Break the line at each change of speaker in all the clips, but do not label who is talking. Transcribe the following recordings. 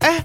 哎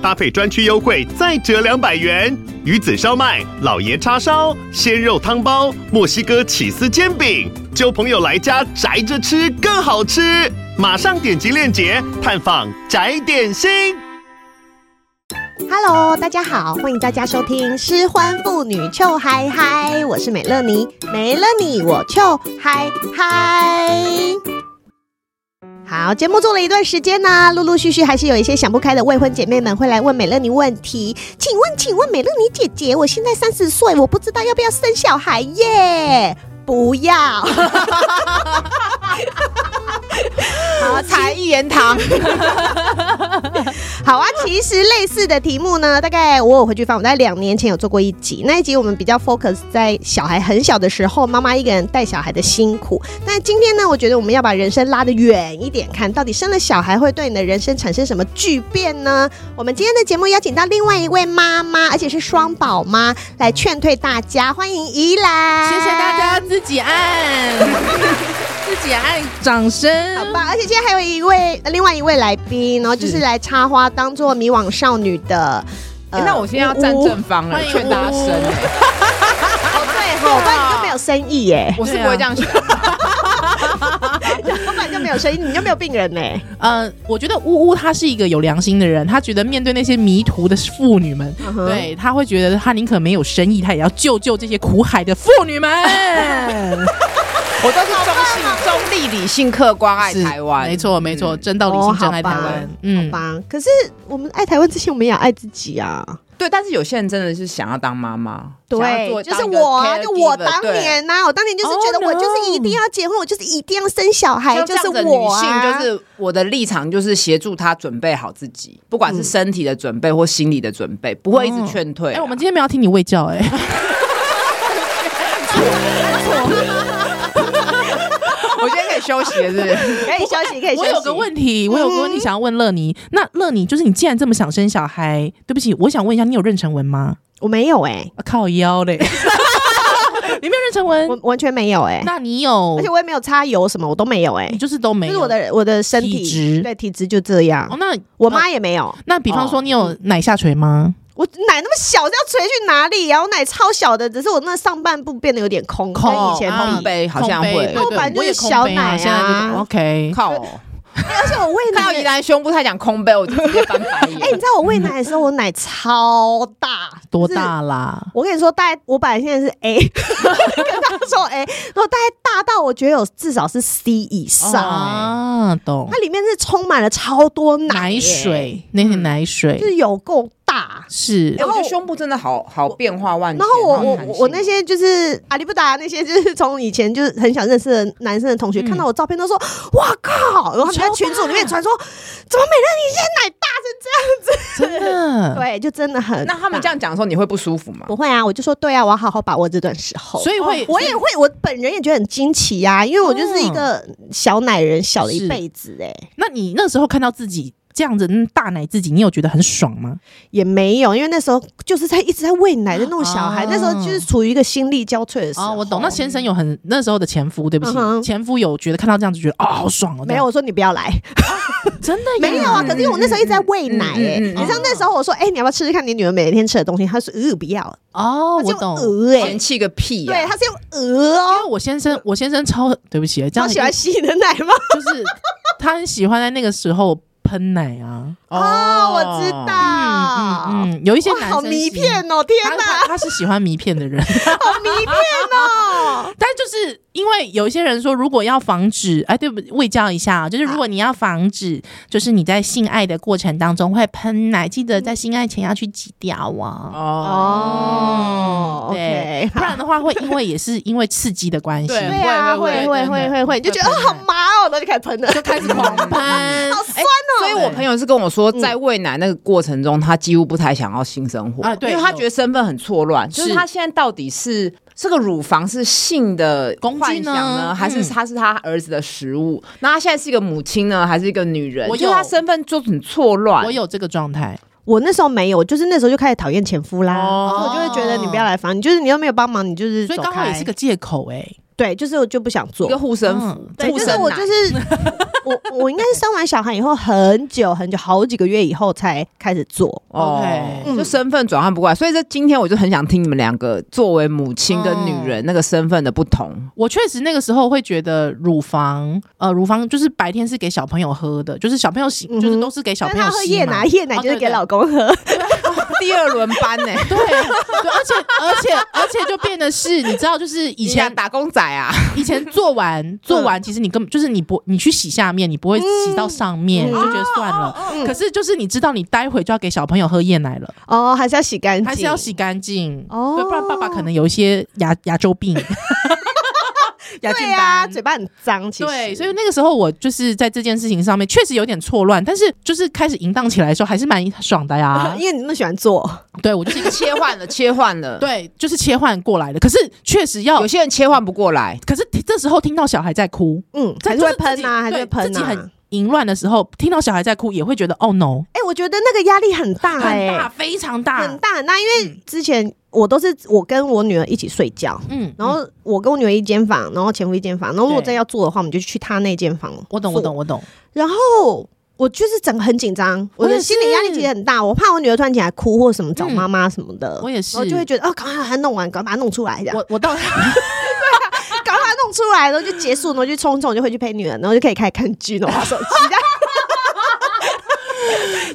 搭配专区优惠再折两百元。鱼子烧麦、老爷叉烧、鲜肉汤包、墨西哥起司煎饼，就朋友来家宅着吃更好吃。马上点击链接探访宅点心。
Hello，大家好，欢迎大家收听《失婚妇女糗嗨嗨》，我是美乐妮，没了你我糗嗨嗨。好，节目做了一段时间呢、陆陆续续还是有一些想不开的未婚姐妹们会来问美乐妮问题。请问，请问美乐妮姐姐，我现在三十岁，我不知道要不要生小孩耶？不要，
好，才一言 堂。
好啊，其实类似的题目呢，大概我有回去翻，我在两年前有做过一集，那一集我们比较 focus 在小孩很小的时候，妈妈一个人带小孩的辛苦。但今天呢，我觉得我们要把人生拉得远一点，看到底生了小孩会对你的人生产生什么巨变呢？我们今天的节目邀请到另外一位妈妈，而且是双宝妈，来劝退大家，欢迎宜兰，
谢谢大家，自己按， 自己按，掌声。
好吧，而且今天还有一位呃另外一位来宾，然后就是
是
来插花当做迷惘少女的。呃
哎
欸那我现在要站正方了
欢，迎
劝大家生
哎
欸。
哦，对吼，不然你就没有生意耶，
我是
啊
不会这样选，
不然就没有生意，你就没有病人呢。
呃
嗯，我觉得呜呜她是一个有良心的人，她觉得面对那些迷途的妇女们，
嗯哼，
对她会觉得她宁可没有生意，她也要救救这些苦海的妇女 们。
我都是中性、中立、理性、客观爱
是
台湾。
没错没错，
嗯
真道理性真爱台
哦好
湾
吧。吧，可是我们爱台湾之前，我们也要爱自己啊。
对，但是有些人真的是想要当妈妈，想要
对，
做
就是
当一个
我啊，就我
caregiver，
当
对
年呐、我当年就是觉得
Oh,
我就是一定要结婚，我就是一定要生小孩，
像
就
这
是
样的女
我
性，
啊。
就是我的立场，就是协助她准备好自己，不管是身体的准备或心理的准备，不会一直劝退
哎、
啊。
我们今天没有要听你喂教哎、
我今天可以休息了，是不 是？
可以休息，可以休息。
我有个问题，我有个问
嗯
题想要问乐妮。那乐妮，就是你既然这么想生小孩，对不起，我想问一下，你有妊娠纹吗？
我没有哎、
啊、靠腰嘞， 你没有妊娠
我
纹？
完全没有哎、
那你有
而且？我也没有擦油什么，我都没有哎、
你就是都没
就
有。
是我的我的身体
体质
对体质就这样。
哦，那
我妈也没有，
那比方说，你有奶下垂吗？
我奶那么小，是要垂去哪里啊？我奶超小的，只是我那上半部变得有点空，跟
空
以前
啊
比
空。杯好像
空杯
会
对对
我本来就是
我也空
小
杯
奶啊
现在就是 OK。
靠哦，
而且我喂
看到
奶
宜，兰胸部，他讲空杯，我就直接翻白眼
哎、。你知道我喂奶的时候，我奶超大，
多
就是
大啦？
我跟你说，大概我本来现在是 A，跟他说 A，然后大概大到我觉得有至少是 C 以上、欸，
啊，懂
它。里面是充满了超多奶、欸，
奶水，那些奶
就
水
是有够大。
是
哎，我觉得胸部真的好好变化万千。
然后我我
弹
我
性
我那些就是阿里不达那些，就是从以前就是很想认识的男生的
嗯
同学，看到我照片都说哇靠，然后他们在群组里面传说，怎么美乐你现在奶大成
真的。
这样？ 对，就真的很大。
那他们这样讲的时候，你会不舒服吗？
不会啊，我就说对啊，我要好好把握这段时候。
所以会
哦我也会，我本人也觉得很惊奇呀、因为我就是一个小奶人，小了一
嗯是
辈子哎、
那你那时候看到自己这样子嗯大奶自己，你有觉得很爽吗？
也没有，因为那时候就是在一直在喂奶的那种小孩，
哦
那时候就是处于一个心力交瘁的时候。
哦，我懂。那先生有很那时候的前夫，对不起，
嗯哼
前夫有觉得看到这样子觉得哦好爽哦，
没有，我说你不要来，
这样真的耶
没有啊。可是因为我那时候一直在喂奶、哎、
嗯嗯嗯嗯
你知道那时候我说，哎、你要不要吃吃看你女儿每天吃的东西？她说，呃，不要。她
哦，我
是用
懂。
鹅、哎、
嫌弃个屁啊呀！
对，她是用鹅
因
哦
为，我先生，我先生超对不起，这
她
样
喜欢吸你的奶吗？
就是他很喜欢在那个时候喷奶啊，
哦，我知道。
嗯嗯，有一些
哇，
男
好
生是
迷片哦！天
他
哪，
他他是喜欢迷片的人，
好迷恋 哦！
但就是因为有一些人说，如果要防止，哎，对不，喂教一下啊，就是如果你要防止，就是你在性爱的过程当中会喷奶，记得在性爱前要去挤掉啊。
哦，
哦
嗯对
，OK，
不然的话会因为也是因为刺激的关系，
对
对啊，
会
会会
会
会
会会
会会，你就哎觉得哦
会
好麻哦，然后就开始喷了，就开始
狂
喷
好酸
所以我朋友是跟我说，在喂奶那个过程中，他几乎不太想要性生活
啊对
因为他觉得身份很错乱，就是
是
他现在到底是这个乳房是性的
工具呢
幻想呢，还是
嗯
他是他儿子的食物？那他现在是一个母亲呢，还是一个女人？
我
就
有
是他身份就很错
啊
乱
哎我。有这个状态，
我那时候没有，就是那时候就开始讨厌前夫啦，
哦
然后我就会觉得你不要来烦，你就是你又没有帮忙，你就是
所以
走
刚好也
开
是个借口哎、
对，就是我就不想做
一个。护身符
嗯，
对，
护
就
身
是我
奶
就是 我，我应该是生完小孩以后很久很久，好几个月以后才开始做。
OK
哦就身份转换不过来，所以这今天我就很想听你们两个作为母亲跟女人那个身份的 不同。
我确实那个时候会觉得乳房，呃，乳房就是白天是给小朋友喝的，就是小朋友洗，
嗯哼
就是都是给小
但
朋友
他喝
洗
夜
嘛
奶，。夜奶
哦
就是
对
给
对
老公喝。
第二轮班呢、
对，对，而且而且而且就变得是，你知道，就是以
以前
前
打工仔啊，
以前做
嗯
完做完，其实你根本就是你不你去洗下面，你不会洗到上面，
嗯
就觉得算了。可是就是你知道，你待会就要给小朋友喝夜奶了，
哦，还是要洗干净，
还是要洗干净
哦
对，不然爸爸可能有一些牙牙周病。
对
牙菌斑
呀，嘴巴很脏，其实
对，所以那个时候我就是在这件事情上面确实有点错乱，但是就是开始淫荡起来的时候还是蛮爽的 呀。
因为你那么喜欢做，
对我就是一个
切换了，切换了。，
对，就是切换过来的。可是确实要
有，些人切换不过来，
可是这时候听到小孩在哭，
嗯，
这
还是会
就是自
喷
己
啊，还是
对
会喷
自己
啊
很。淫乱的时候，听到小孩在哭，也会觉得哦 no，
哎，我觉得那个压力很大，
很大，
哎，
非常大，
很大很大，因为之前我都是我跟我女儿一起睡觉。
嗯，
然后我跟我女儿一间房，然后前夫一间房。然后如果
对
真要做的话，我们就去他那间房。
我懂，我懂，。我懂。
然后我就是整个很紧张，我
我也
的
是
心理压力其实很大，我怕我女儿突然起来哭或什么找
嗯
妈妈什么的，
我也是
呃然后就会觉得哦，赶快把它弄完，赶快把它弄出来，这样，
我我到
赶快把它弄出来，然后就结束，然后就冲冲就回去陪女儿，然后就可以开始看剧，然后玩手机， 这样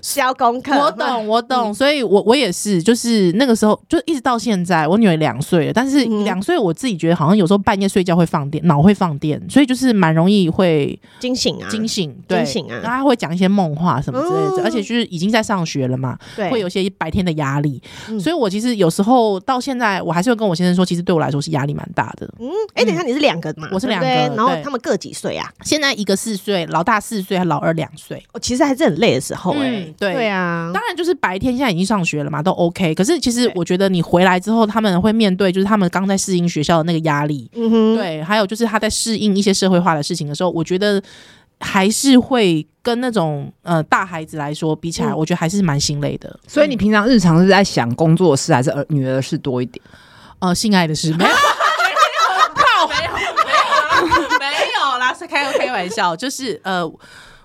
交功 课。嗯
我懂，我懂，嗯所以我我也是，就是那个时候，就一直到现在，我女儿两岁了，但是
嗯
两岁我自己觉得好像有时候半夜睡觉会放电，脑会放电，所以就是蛮容易会
惊醒啊，
惊醒，对，
惊醒啊
然后她会讲一些梦话什么之类
嗯
的，而且就是已经在上学了嘛，
对，
会有一些白天的压力，
嗯
所以我其实有时候到现在，我还是会跟我先生说，其实对我来说是压力蛮大的。
嗯，哎，等一下，你是两个嘛？
我是
对不
两
对
个
然后
对
他们各几岁啊？
现在一个四岁，老大四岁，老二两岁。
哦，其实还是很累的时候，哎
嗯，对
对啊，
当然，就是白天现在已经上学了嘛，都 OK。可是其实
对
我觉得你回来之后，他们会面对就是他们刚在适应学校的那个压力，
嗯哼，
对，还有就是他在适应一些社会化的事情的时候，我觉得还是会跟那种呃大孩子来说比起来，
嗯
我觉得还是蛮心累的。
所以你平常日常是在想工作的事还是儿女儿的事多一点？
呃，性爱的事 没有。没有啦，是开开玩笑，就是呃，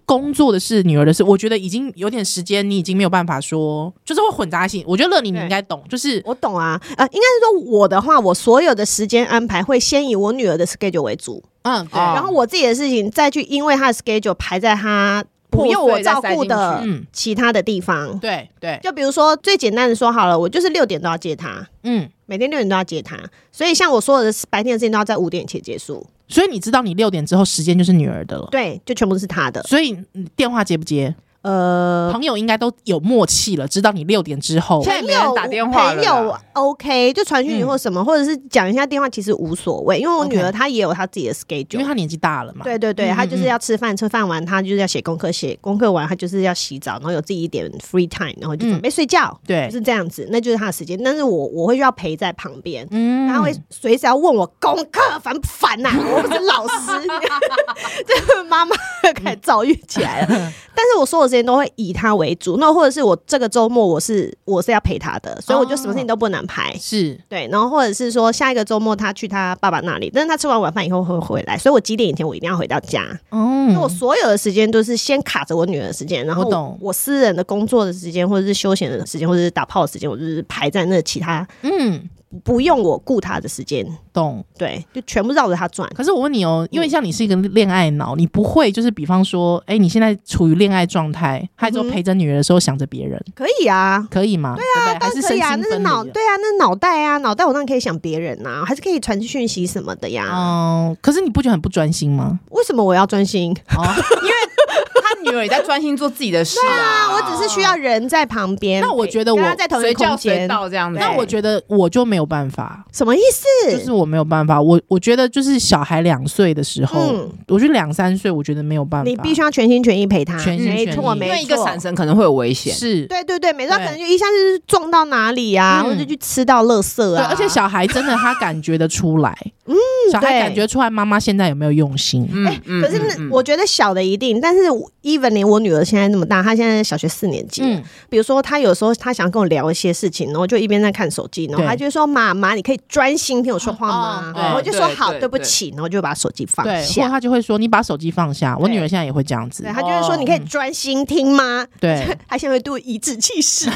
工作的事，女儿的事，我觉得已经有点时间，你已经没有办法说，就是会混杂性。我觉得乐你你
对
应该懂，就是
我懂啊，呃，应该是说我的话，我所有的时间安排会先以我女儿的 schedule 为主，
嗯，对，
哦
然后我自己的事情再去因为她的 schedule 排在她不用我照顾的
嗯，
其他的地方。
对对，
就比如说最简单的说好了，我就是六点都要接她，
嗯，
每天六点都要接她，所以像我所有的白天的事情都要在五点前结束，
所以你知道你六点之后时间就是女儿的了。
对，就全部是她的。
所以嗯电话接不接？
呃，
朋友应该都有默契了，知道你六点之后
现。在没人打电话了
朋友
啦嗯
OK，就传讯息或什么，或者是讲一下电话，其实无所谓，因为我女儿
OK
她也有她自己的
因为
schedule。
她年纪大了嘛，
对对对，
嗯
她就是
嗯
要吃饭，吃饭完她就是要写功课，写功课完她就是要洗澡，然后有自己一点 free time，然后就准备睡觉，
嗯对
就，是这样子，那就是她的时间。但是我我会要陪在旁边，
嗯
她会随时要问我功课烦不烦 呐、我不是老师， 这妈妈又开始躁郁起来了。 但是我所有时间都会以她为主，那或者是我这个周末我是我是要陪她的，所以我就什么事情
哦
都不能排。
是
对，然后或者是说下一个周末她去她爸爸那里，但是她吃完晚饭以后会回来，所以我几点以前我一定要回到家。
嗯
那我所有的时间都是先卡着我女儿的时间，然后
我懂
我私人的工作的时间，或者是休闲的时间，或者是打炮的时间，我就是排在那其他
嗯
不用我顾她的时间，
懂。
对，就全部绕着她转。
可是我问你哦，
嗯
因为像你是一个恋爱脑，你不会就是比方说，哎、你现在处于恋爱状态，还之后
嗯哼
陪着女儿的时候想着别人，
可以啊，
可以吗？对啊，还
当
是
然
身
可以啊，
心
那是
分
脑
离的。
对啊，那是脑袋啊，脑袋我当然可以想别人呐、啊，还是可以传讯息什么的呀。
哦 嗯，可是你不觉得很不专心吗？
为什么我要专心？
哦，
他女女儿也在专心做自己的事
啊，
啊。
我只是需要人在旁边。
那我觉得我
跟他在同一
哦随
个空
叫
间
随，到这样子。
那我觉得我就没有办法，
什么意思？
就是我没有办法。我我觉得就是小孩两岁的时候，
嗯
我觉得两三岁，我觉得没有办法。
你必须要全心全意陪他，
全心全意
没错，
因为
没
一个
错。
闪神可能会有危险，
是
对对对，没错，
对
可能就一下子撞到哪里啊，
嗯
或者去吃到垃圾
对，
啊。
而且小孩真的他感觉得 出来，嗯，小
对
孩感觉出来妈妈现在有没有用心。
嗯
哎，
嗯
可是
嗯
那
嗯
我觉得小的一定，但是我 even 连我女儿现在那么大，她现在小学四年级，
嗯，
比如说她有时候她想跟我聊一些事情，然后就一边在看手机，然后
对
她就说：“妈妈，你可以专心听我说话吗
哦？”
对
然后我就说：“
对
好，
对
对不起。”然后就把手机放
对，或者
下。
他就会说你把手机放下。我
对
女儿现在也会这样子
对，，她就会说：“
哦
你可以专心听吗？”
嗯对
她现在会对我颐指气使。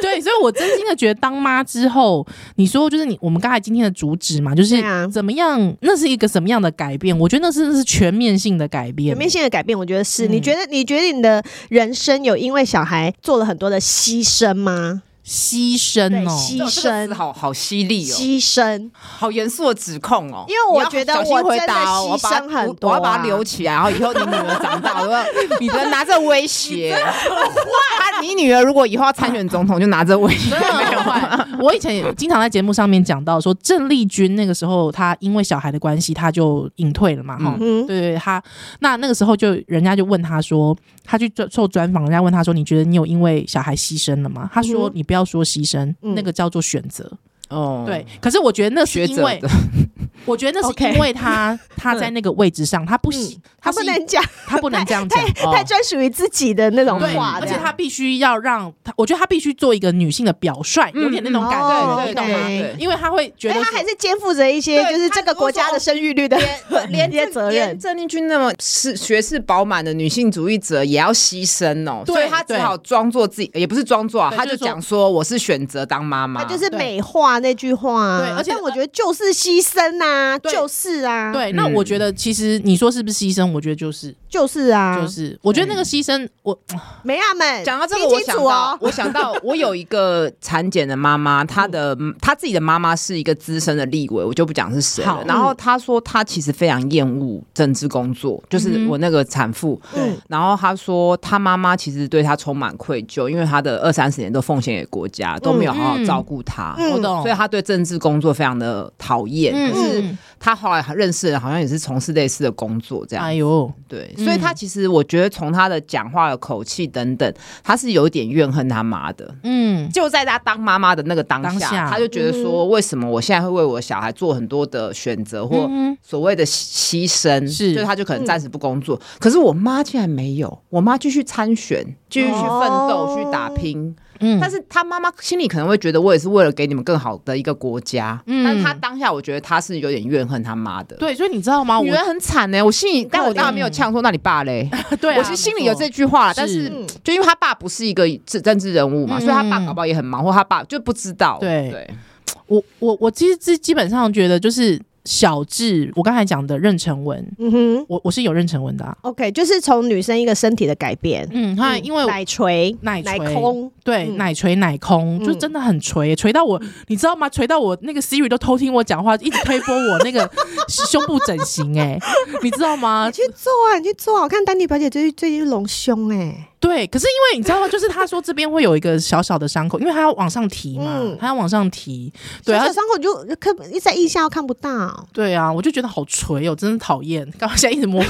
对，所以我真心的觉得当妈之后，你说就是你我们刚才今天的主旨嘛，就是
对啊
怎么样，那是一个什么样的改变？我觉得那真的是全面性的改变，
全面性的改变，我觉得是。你
嗯
觉得你觉得你的人生有因为小孩做了很多的牺牲吗？
牺牲
对
哦，
牺
这个
牲
词好好犀利哦，
牺牲，
好严肃的指控哦。
因为我觉得
你要小心
我
回
真的
答哦
牺
我要把它
牲很多
我要把
啊
它留起来，然后以后你女儿长大， 我要你不能拿这威 胁。她你女儿如果以后要参选总统，就拿这威 胁。
没有坏。我以前也经常在节目上面讲到说，郑丽君那个时候她因为小孩的关系，她就隐退了嘛，哈、
嗯
对对对，她那那个时候就人家就问她说，她去做受专访，人家问她说，你觉得你有因为小孩牺牲了吗？她说、
嗯
你不要说牺牲，
嗯
那个叫做选择。
哦
对，，可是我觉得那是
学
因
者
为
的，
我觉得那是
OK
因为她她在那个位置上，她不行，
他不
她是一
能讲
她不能这样讲
太。
哦
太专属于自己的那种
对，
话，
而
这
且
样
她必须要让她，我觉得她必须做一个女性的表率，有点那种感
哦
觉，
对
你
对
懂吗？
对
对
对。
因为她会觉
哎
得说
他还是肩负着一些
对
就是这个国家的生育率的 连接责任
连。郑丽君那么是学识饱满的女性主义者，也要牺牲哦，
对
所以她只
对
好装作自己，也不是装作啊，
对
她
就
就是
说
讲说我是选择当妈妈，
他就是美化那句话啊，
啊对而且呃
但我觉得就是牺牲啊，
对
就是啊，，
对，那
嗯
我觉得其实你说是不是牺牲？我觉得就是
就是啊，
就是，我觉得那个牺牲，我
美亚们
讲到这个，
听
我
清
想
楚
到
哦，，
我 想到，我有一个产检的妈妈，她的
嗯
她自己的妈妈是一个资深的立委，我就不讲是谁
好
了。然
嗯
后她说，她其实非常厌恶政治工作，就是我那个产妇。
嗯
然后她说，她妈妈其实对她充满愧疚，因为她的二三十年都奉献给国家，都没有好好照顾她。
嗯
我懂，
所以她对政治工作非常的讨厌，
嗯
可是
嗯
她后来认识的人好像也是从事类似的工作，这样
哎呦，
对，
嗯
所以他其实我觉得从他的讲话的口气等等，他是有一点怨恨他妈的。
嗯，
就在他当妈妈的那个当
当
下，嗯
下
他就觉得说，为什么我现在会为我小孩做很多的选择或
嗯
所谓的牺牲？
是
就是他嗯就可能暂时不工作，可是我妈竟然没有，我妈继续参选，继续去奋斗、
哦
去打拼。
嗯，
但是他妈妈心里可能会觉得，我也是为了给你们更好的一个国家。
嗯
但是他当下，我觉得他是有点怨恨他妈的。
对，所以你知道吗？我
女人很惨呢、欸我心里，但我当然没有呛说，那你爸嘞？
对啊，
我是心里有这
没错，
句话啦，但
是
是就因为他爸不是一个政政治人物嘛，
嗯
所以他爸搞不好也很忙，或他爸就不知道。
对我我我其实基基本上觉得就是小智，我刚才讲的妊娠纹，
嗯哼
我我是有妊娠纹的啊，
，OK，就是从女生一个身体的改变，
嗯，他
嗯
因为
奶锤、
奶锤
空，
对，
嗯
奶锤奶空，就
嗯
真的很锤，锤到我，你知道吗？锤到我那个 Siri 都偷听我讲话，一直推波我那个 胸部整形、哎，你知道吗
你？去做啊，你去做啊！我看丹妮表姐最近最近隆胸哎，
对，可是因为你知道吗？就是他说这边会有一个小小的伤口，因为他要往上提嘛，
嗯
他要往上提，对，啊
小
他
小伤口你就看一直在腋下又看不到，
对啊，我就觉得好锤哦，真的讨厌，刚好现在一 直摸，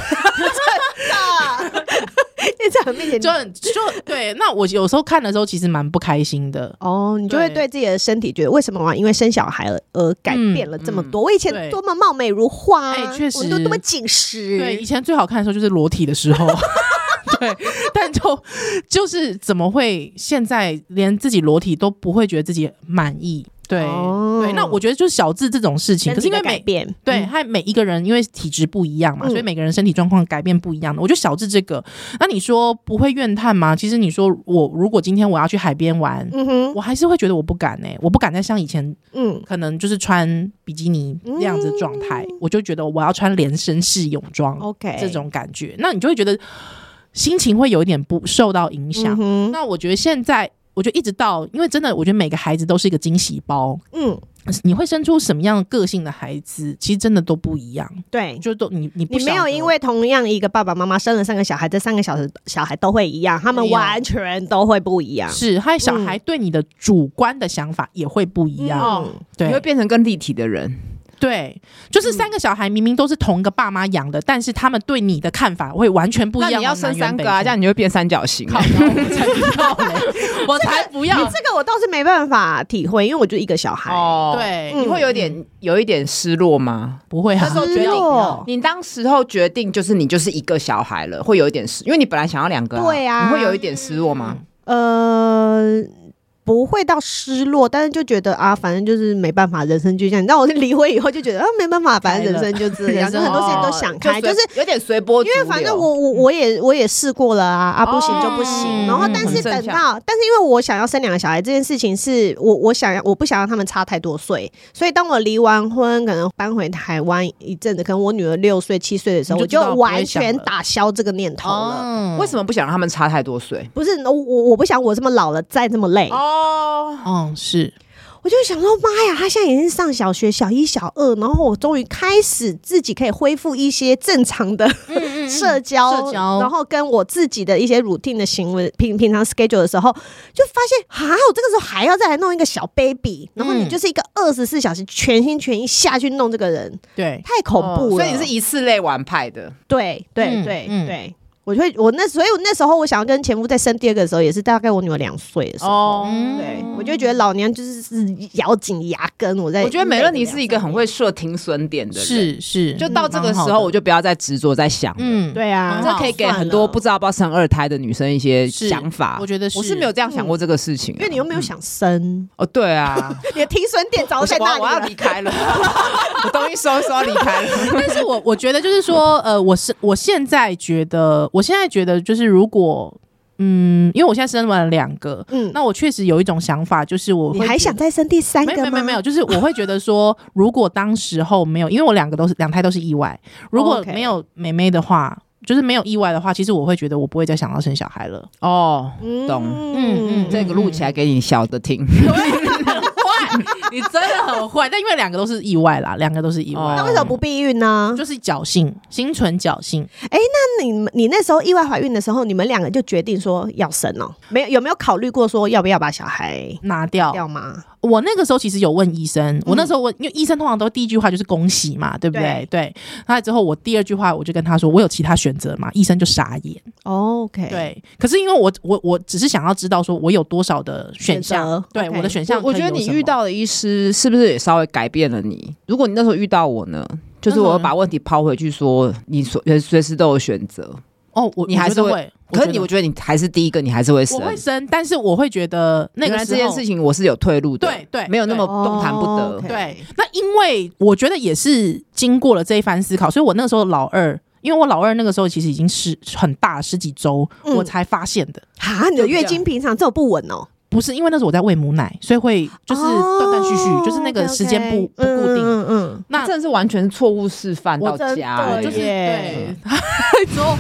一直在我面前
就很就对。那我有时候看的时候其实蛮不开心的，
哦，你就会
对
对自己的身体觉得为什么啊我因为生小孩而而改变了这么多？我以前
嗯对
多么貌美如花，啊
哎确实
我都多么紧实，
对，以前最好看的时候就是裸体的时候。 对，但就就是怎么会现在连自己裸体都不会觉得自己满意？对、
哦
对，那我觉得就是小智这种事情，
身
可是
体
因为
的改
每
变，
对，
嗯，
他每一个人因为体质不一样嘛，
嗯
所以每个人身体状况改变不一样的。我觉得小智这个，那你说不会怨叹吗？其实你说我如果今天我要去海边玩，
嗯哼，
我还是会觉得我不敢哎、我不敢再像以前
嗯，
可能就是穿比基尼那样子的状态，我就觉得我要穿连身式泳装
OK
这种感觉，那你就会觉得心情会有一点不受到影响。
嗯哼
那我觉得现在。我觉得一直到，因为真的，我觉得每个孩子都是一个惊喜包，
嗯，
你会生出什么样的个性的孩子，其实真的都不一样，
对。
就都你你不
你没
晓
有
得
因为同样一个爸爸妈妈生了三个小孩，这三个小孩小孩都会一样，他们
没有
完全都会不一样。
是，还有小孩对你的主观的想法也会不一样，
哦
嗯，
你会
对
变成更立体的人。
对，就是三个小孩明明都是同一个爸妈养的，但是他们对你的看法会完全不一
那
样。
你要生三个啊，这样你就会变三角形。啊
靠腰，我才不要嘞， 我才不要。
这个我倒是没办法体会，因为我就一个小孩。
哦，，
对，
嗯
你会有点有一点失落吗？
不 会啊
那时候
失
决定
落
你当时候决定就是你就是一个小孩了，会有一点失，因为你本来想要两个、
对啊
你会有一点失落吗？
呃，不会到失落，但是就觉得啊，反正就是没办法，人生就这样。你知道我是 离婚以后就觉得啊，没办法，反正人生就这样，
开
嗯
了
就很多事情都想开，就是
哦随有点随波逐
因
流，
为反正我我我也我也试过了啊啊不行就不行，
哦
然后但是
很正
等
向
到但是因为我想要生两个小孩这件事情是我我想要我不想让他们差太多岁，所以当我离完婚可能搬回台湾一阵子，可能我女儿六岁七岁的时候，
你
我
就知
就
道不会
完
想
全
了
打消这个念头了。
哦
为什么不想让他们差太多岁？
不是我我我不想我这么老了再这么累，
哦，
嗯，是
我就想说妈呀，他现在已经上小学小一小二，然后我终于开始自己可以恢复一些正常的 社交，
社交
然后跟我自己的一些 routine 的行为，平平常 schedule 的时候，就发现啊，我这个时候还要再来弄一个小 baby，然后你
嗯
就是一个二十四小时全心全意下去弄这个人，
对，
太恐怖了。
哦所以你是一次类玩派的，
对对
嗯
对
嗯
对，我就会我那所以我那时候我想要跟前夫再生第二个的时候，也是大概我女儿两岁的时候。
哦
嗯
对，我就觉得老娘就是是咬紧牙根，我在。
我觉得美乐你是一个很会设停损点的人，，
是是，
就
嗯
到这个时
蛮好的
候我就不要再执着在想，嗯，
嗯，
对啊，
这可以给很多不知道要不要生二胎的女生一些
是
想法。
我觉得是
啊我是没有这样想过这个事情啊，
嗯因为你又没有想生，
哦，对啊，
你的停损点早就在
我
那
要
里
我要
了
离。开了， 我东西收一收离开了。
但是我我觉得就是说，呃，我是我现在觉得，我现在觉得就是如果，嗯，因为我现在生完了两个，
嗯，
那我确实有一种想法，就是我
你
会
还
觉
想
得
再生第三
没有没
个
有没
吗？
有没有，就是我会觉得说，如果当时候没有，因为我两个都是两胎都是意外，如果
OK
没有妹妹的话。就是没有意外的话，其实我会觉得我不会再想要生小孩了。
哦，
嗯
懂
嗯嗯
这个录起来给你小的听。
你真的很坏，但因为两个都是意外啦，两个都是意外，
哦
那为什么不避孕呢？
就是侥幸，心存侥幸。
那你们你那时候意外怀孕的时候，你们两个就决定说要生哦？没有有没有考虑过说要不要把小孩
拿掉。
掉吗？
我那个时候其实有问医生，
嗯
我那时候问，因为医生通常都第一句话就是恭喜嘛，对不对？对。那之后我第二句话我就跟他说，我有其他选择嘛？医生就傻眼。
哦？OK，，
对。可是因为我我我只是想要知道说我有多少的选
选
项
择，
对
OK
我的选项
我觉
可以
得
有
你
什么
遇到的医师是不是也稍微改变了你？如果你那时候遇到我呢，就是
嗯
我会把问题抛回去说，你所随时都有选择，
哦，我
你还是
我觉得
会
会。
可是
我觉
你
得
我觉得你还是第一个，你还是会生
我。会生，但是我会觉得那
原
个
来
时
这
候
件事情我是有退路的，
对对
没有那么动弹不
哦
得
，OK。
对，那因为我觉得也是经过了这一番思考，所以我那个时候老二，因为我老二那个时候其实已经是很大十几周，
嗯
我才发现的。
哈，你的
就比较
月经平常这么不稳哦，
不是因为那时候我在喂母奶，所以会就是
哦
断断续续，就是那个
OK，OK
时间不不固定。
嗯嗯嗯，
那
那
真的是完全是错误示范
我
到
真
家
的
而
我
已，
就是
耶
对， 之后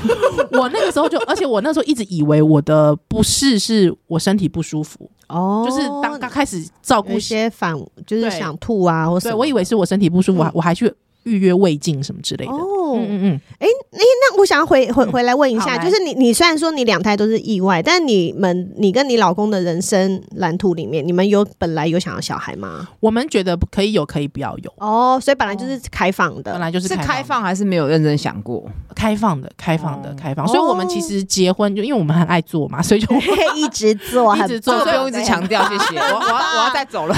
我那个时候就，而且我那时候一直以为我的不适是我身体不舒服，
哦，
就是当刚开始照
有
顾
一些反就是
对
想吐啊，或什
对
么
我以为是我身体不舒服，我还我还去预约胃镜什么之类的。
嗯哦，
嗯嗯嗯，
那我想要回回回来问一
好
下，
来
就是你你虽然说你两胎都是意外，但你们你跟你老公的人生蓝图里面，你们有本来有想要小孩吗？
我们觉得可以有，可以不要有，
哦，所以本来就是开放的，
本来就是
是开
开
放还是没有认真想过？
开放的、开放的、
哦
开放。所以我们其实结婚，就因为我们很爱做嘛，所以就
一直做，
一直做
这
很
所
个不
以
用一直强调，谢谢。 我我要我要再走了。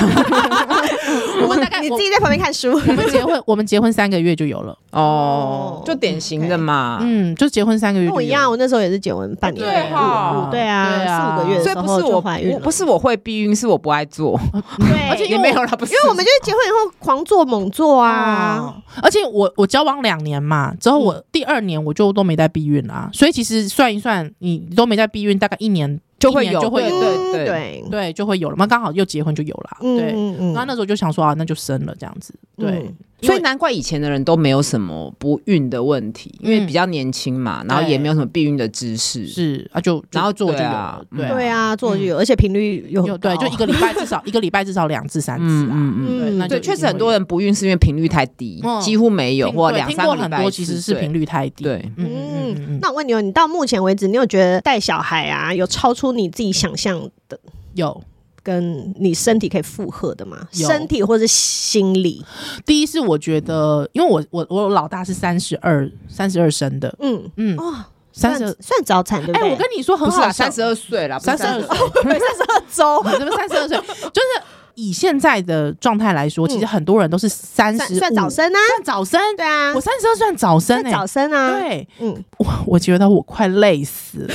我们大 概
你
我
自己在旁边看书。
我们结婚，我们结婚三个月就有了，
哦
哦，
就典型的嘛。
嗯，就结婚三个月
跟
就
我
有
一样，我那时候也是结婚半年，
对哈
对啊，四五个月的
所以
时
不
候
是
就
我
怀孕
我
了，
不是我会避孕，是我不爱做，
对，
而且因
也
为
没有了，不是。
因为我们就是结婚以后狂做猛做啊，
啊！而且我我交往两年嘛，之后我第二年我就都没在避孕啦、所以其实算一算，你都没在避孕，大概一年
就会
一年
有
就会
对
有，
嗯
对
对，
对，就会有了嘛，刚好又结婚就有啦，对。
嗯嗯
然后那时候就想说啊，那就生了这样子，对，
嗯
所以难怪以前的人都没有什么不孕的问题，因为
嗯
比较年轻嘛，然后也没有什么避孕的知识。
是啊，就
然后
就做就
对
有
啊
了，对嗯
对啊，做就有，而且频率有
有对，就一个礼拜至少一个礼拜至少两至三
嗯
次啊。
嗯嗯，
对，那就
对，
一定
确实
会
很多人不孕是因为频率太低，
嗯
几乎没有
听
或
对
两
听
三
过
个礼
很
拜
多
一
其
次
实是频
率
率太低。
对。
嗯，嗯嗯嗯嗯，
那我问你哦，你到目前为止，你有觉得带小孩啊，有超出你自己想象的，
有
跟你身体可以负荷的吗？
有
身体或者心理？
第一是我觉得，因为我我我老大是三十二三十二生的，
嗯，
嗯，
哦，
三十
算算早产对不
哎，
对？
我跟你说很
不是
好
啊，
笑，
三十二岁啦，
三十二 岁，
三十二周
我这边三十二岁，就是以现在的状态来说，其实很多人都是三
算
十
算早生啊，
算早生，
对啊
我，三十二算早生
算
哎、
早生啊，，
对，
嗯，
我我觉得我快累死 了，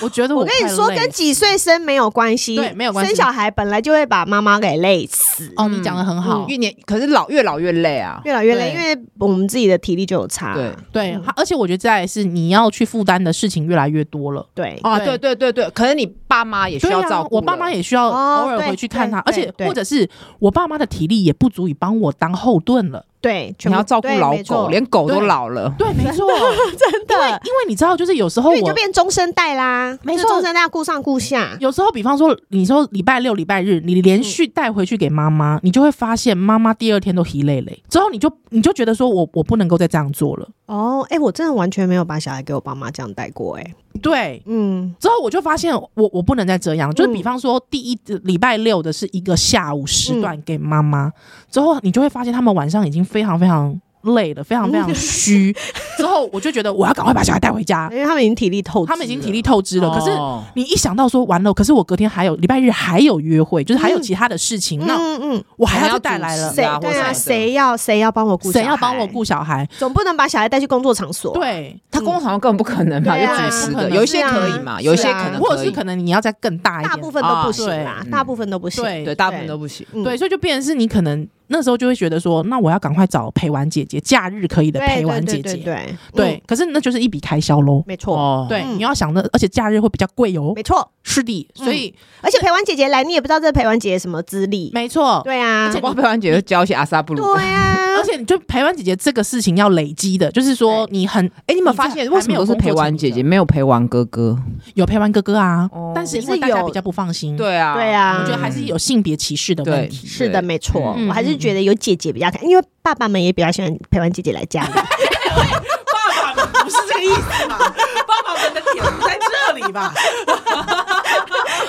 我觉得
我
我
跟你
快
说，
累
跟几岁生没有关系，
对没有关系
生小孩本来就会把妈妈给累死，
哦，你讲的很好，
嗯
越年可是老越老越累啊。
越来越累，因
对
为我们自己的体力就有差，
对
对，
嗯
而且我觉得再来是你要去负担的事情越来越多了。
对，
啊，
对
对对对对，可是你爸妈也需
对
要
啊
照顾了。
我爸妈也需要
哦
偶尔
对
回去看他，而
对
且
对
或者是我爸妈的体力也不足以帮我当后盾了。
对，全
你
部
要照顾
对
老
没错
狗，连狗都
对
老了。
对，没错，
真的，
因为你知道，就是有时候
因为你就
我
变中生代啦，
没
就
错
中生代顾上顾下，
有时候，比方说，你说礼拜六、礼拜日，你连续带回去给妈妈，你就会发现妈妈第二天都疲累累，之后你就你就觉得说我我不能够再这样做了，
哦，哎、我真的完全没有把小孩给我爸妈这样带过、哎，
对。
嗯，
之后我就发现我，我不能再这样。就
嗯
是比方说，第一礼拜六的是一个下午时段给妈妈，
嗯
之后你就会发现他们晚上已经非常非常累了，
嗯
非常非 常虚。之后我就觉得我要赶快把小孩带回家
因，为他们已经体力透支了，
他们已经体力透支了。可是
哦
你一想到说完了，可是我隔天还有礼拜日还有约会，就是还有其他的事情，那
嗯嗯
我还要
还要
去带来
主
了
嗯，
持
谁
啊或
对
什
啊？
么的
谁要谁要帮我顾？
谁要帮我？顾小孩？
总不能把小孩带去工作场所，，
对，
他工厂根本不可能嘛，
对
就
啊
主持
不可
的，
能
有一些
是啊
可以嘛，
是
有一些
啊
可能
或者
可
是
以
可能你要再更大一点，
大部分都不行啦
哎啊，
对
大部分都不行，
对
对，大部分都不行。
嗯
对，所以就变成是你可能那时候就会觉得说，那我要赶快找陪玩姐姐，假日可以的
对
陪玩姐姐，
对对对
对
嗯
可是那就是一笔开销喽。
没错，
哦，
对，
嗯
你要想的，而且假日会比较贵哦
没。错，
是的，
嗯
所以、
而且陪玩姐姐来，你也不知道这陪玩姐姐什么资历，
没错，
对啊，
而且
我陪玩姐就教一些阿萨布鲁。
对啊，
而且你就陪玩姐姐这个事情要累积的，就是说你很
哎，你有没有
你
发
在
现
还
为什
没有
么都是
工作
陪玩
成啊
姐
就
姐，没有陪玩哥哥？
有陪玩哥哥啊，
哦
但是因
可
为
是
大家
有
比较不放心，，
对啊，
对啊
我觉得还是有性别歧视的问
对
题。
是的，没错，
嗯
我还是觉得有姐姐比较看，因为爸爸们也比较喜欢陪玩姐姐来家里。
爸爸不是这个意思 嘛？爸爸们的点不在这里吧？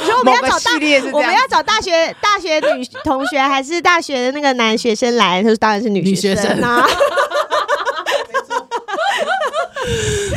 所以我们要
某个
找大
系列是这，样
我们要找大学大学女同学还是大学的那个男学生来，就是当然是女
女学
生 啊。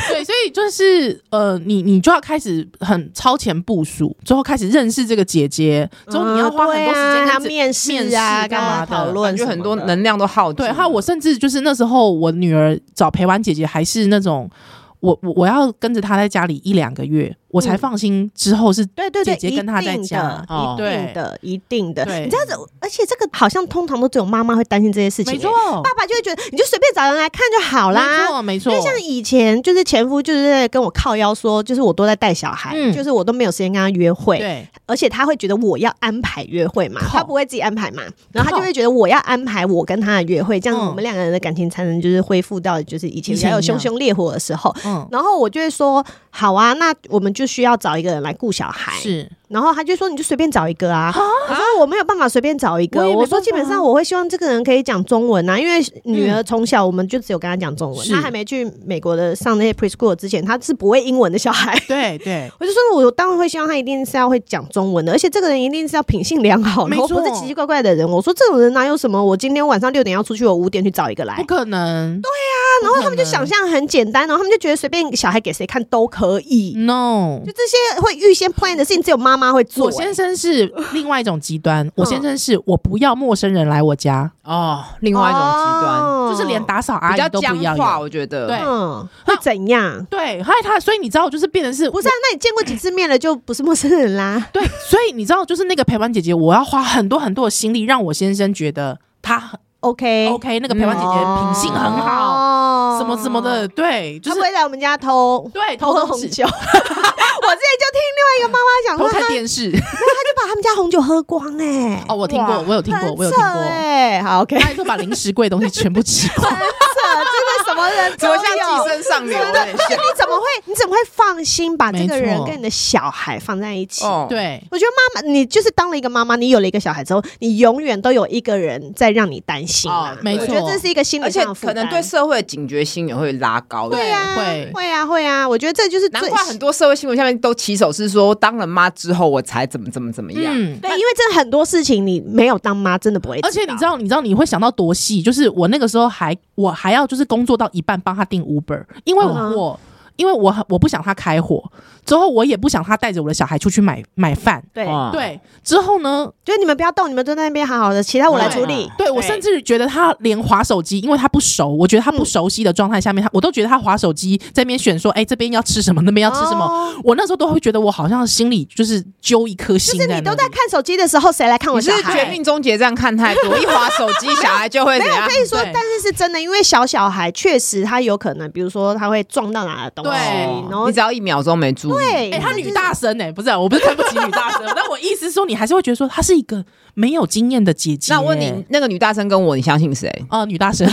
对，所以就是呃，你你就要开始很超前部署，之后开始认识这个姐姐，之后你要花很多时
嗯对啊
间
还要
跟这
面试啊，
面试
干
干
嘛
嘛
讨
的
论
感
什
觉
么的？
很多能量都耗尽
对，
了。
还有我甚至就是那时候我女儿找陪玩姐姐，还是那种我我我要跟着她在家里一两个月，我才
嗯
放心。之后是
对对对，
姐姐跟她在家
哦
一定的，一定的，一定的。
对
你这样子，而且这个好像通常都只有妈妈会担心这些事情，
没错，
欸爸爸就会觉得你就随便找人来看就好啦
没。错没错
因为，像以前就是前夫就是在跟我靠腰说，就是我都在带小孩，
嗯
就是我都没有时间跟他约会，
对
而且他会觉得我要安排约会嘛，
靠
他不会自己安排嘛，然后他
靠
就会觉得我要安排我跟他的约会，这样
嗯
我们两个人的感情才能就是恢复到就是以前
以前
还有
一样
熊熊烈火的时候。
嗯
然后我就会说，好啊，那我们就需要找一个人来顾小孩。
是
然后他就说，你就随便找一个哎啊。我说我没有办法随便找一个，
我也
我
没
说
办法
基本上我会希望这个人可以讲中文啊，因为女儿从小我们就只有跟她讲中文，
是
她还没去美国的上那些 preschool 之前，她是不会英文的小孩。
对对。
我就说，我当然会希望他一定是要会讲中文的，而且这个人一定是要品性良好，然
没
后
错
不是奇奇怪怪的人。我说这种人哪有什么？我今天晚上六点要出去，我五点去找一个来
不。可能，对呀、
啊然后他们就想象很简单，然后他们就觉得随便小孩给谁看都可以。
，no，
就这些会预先 plan 的事情，只有妈妈会做、
我
欸
先生是另外一种极端，我先生是我不要陌生人来我家，
哦，另外一种极端，
哦
就是连打扫阿
比较
姨都不要
僵化，
有。
我觉得。
对
嗯会怎样？
对，还有他，所以你知道，就是变成是
不是、啊，那你见过几次面了，就不是陌生人啦。
对，所以你知道，就是那个陪玩姐姐，我要花很多很多的心力，让我先生觉得他很
OK，,
OK，那个陪玩姐姐品性很好，
好
什么什么的，，对，就
哦他
是
不会来我们家偷
对
偷
偷
喝
喝
红
纸
酒。我之前就听另外一个妈妈讲
偷
说，她
看
就
电视
把他们家红酒喝光哎、
哦，我听过，
哇
我有听过，
很
我有听
扯
过。
哎、好 OK，
他说把零食柜的东西全部吃光，
这真的什么人
怎
都有。
么像寄生上流？啊
对，而且 你怎么会你怎么会放心把这个
没
人
错
跟你的小孩放在一起？
哦，
对，
我觉得妈妈，你就是当了一个妈妈，你有了一个小孩之后，你永远都有一个人在让你担心啊、
哦
没
我
错
觉得这是一个心
而
理
且
上的负
可
担。
能对社会的警觉心也会拉高。
对
啊
会
会啊会啊，我觉得这就是
难
最
怪很多社会新闻下面都起手是说，当了妈之后我才怎么怎么怎么样。
嗯。
对，因为真的很多事情你没有当妈真的不会，
而且你知。道，你知道你会想到多细？就是我那个时候还我还要就是工作到一半帮他订 Uber，因为我、
嗯
我因为我很我不想他开火，之后我也不想他带着我的小孩出去买买饭。
对，
哇，
对，之后呢？
就是你们不要动，你们坐在那边好好的，其他我来处理。
对我
对
甚至觉得他连划手机，因为他不熟，我觉得他
嗯
不熟悉的状态下面，他我都觉得他划手机在那边选说，哎、这边要吃什么，那边要吃什么。
哦
我那时候都会觉得我好像心里就是揪一颗
就
心
是
那
你
里，
都在看手机的时候，谁来看我
你
小
是
孩？
绝命终结站看太多，一滑手机小孩就会怎
没有，
样
我？跟你说
对，
但是是真的，因为小小孩确实他有可能，比如说他会撞到哪的东西，
对哦
然后
你只要一秒钟没注意，
对，
哎、她
欸就是
女大生哎、不是啊、我不是看不起 女大生，但我意思说，你还是会觉得说她是一个没有经验的姐姐。欸
那我问你，那个女大生跟我，你相信谁？
哦、女 大生，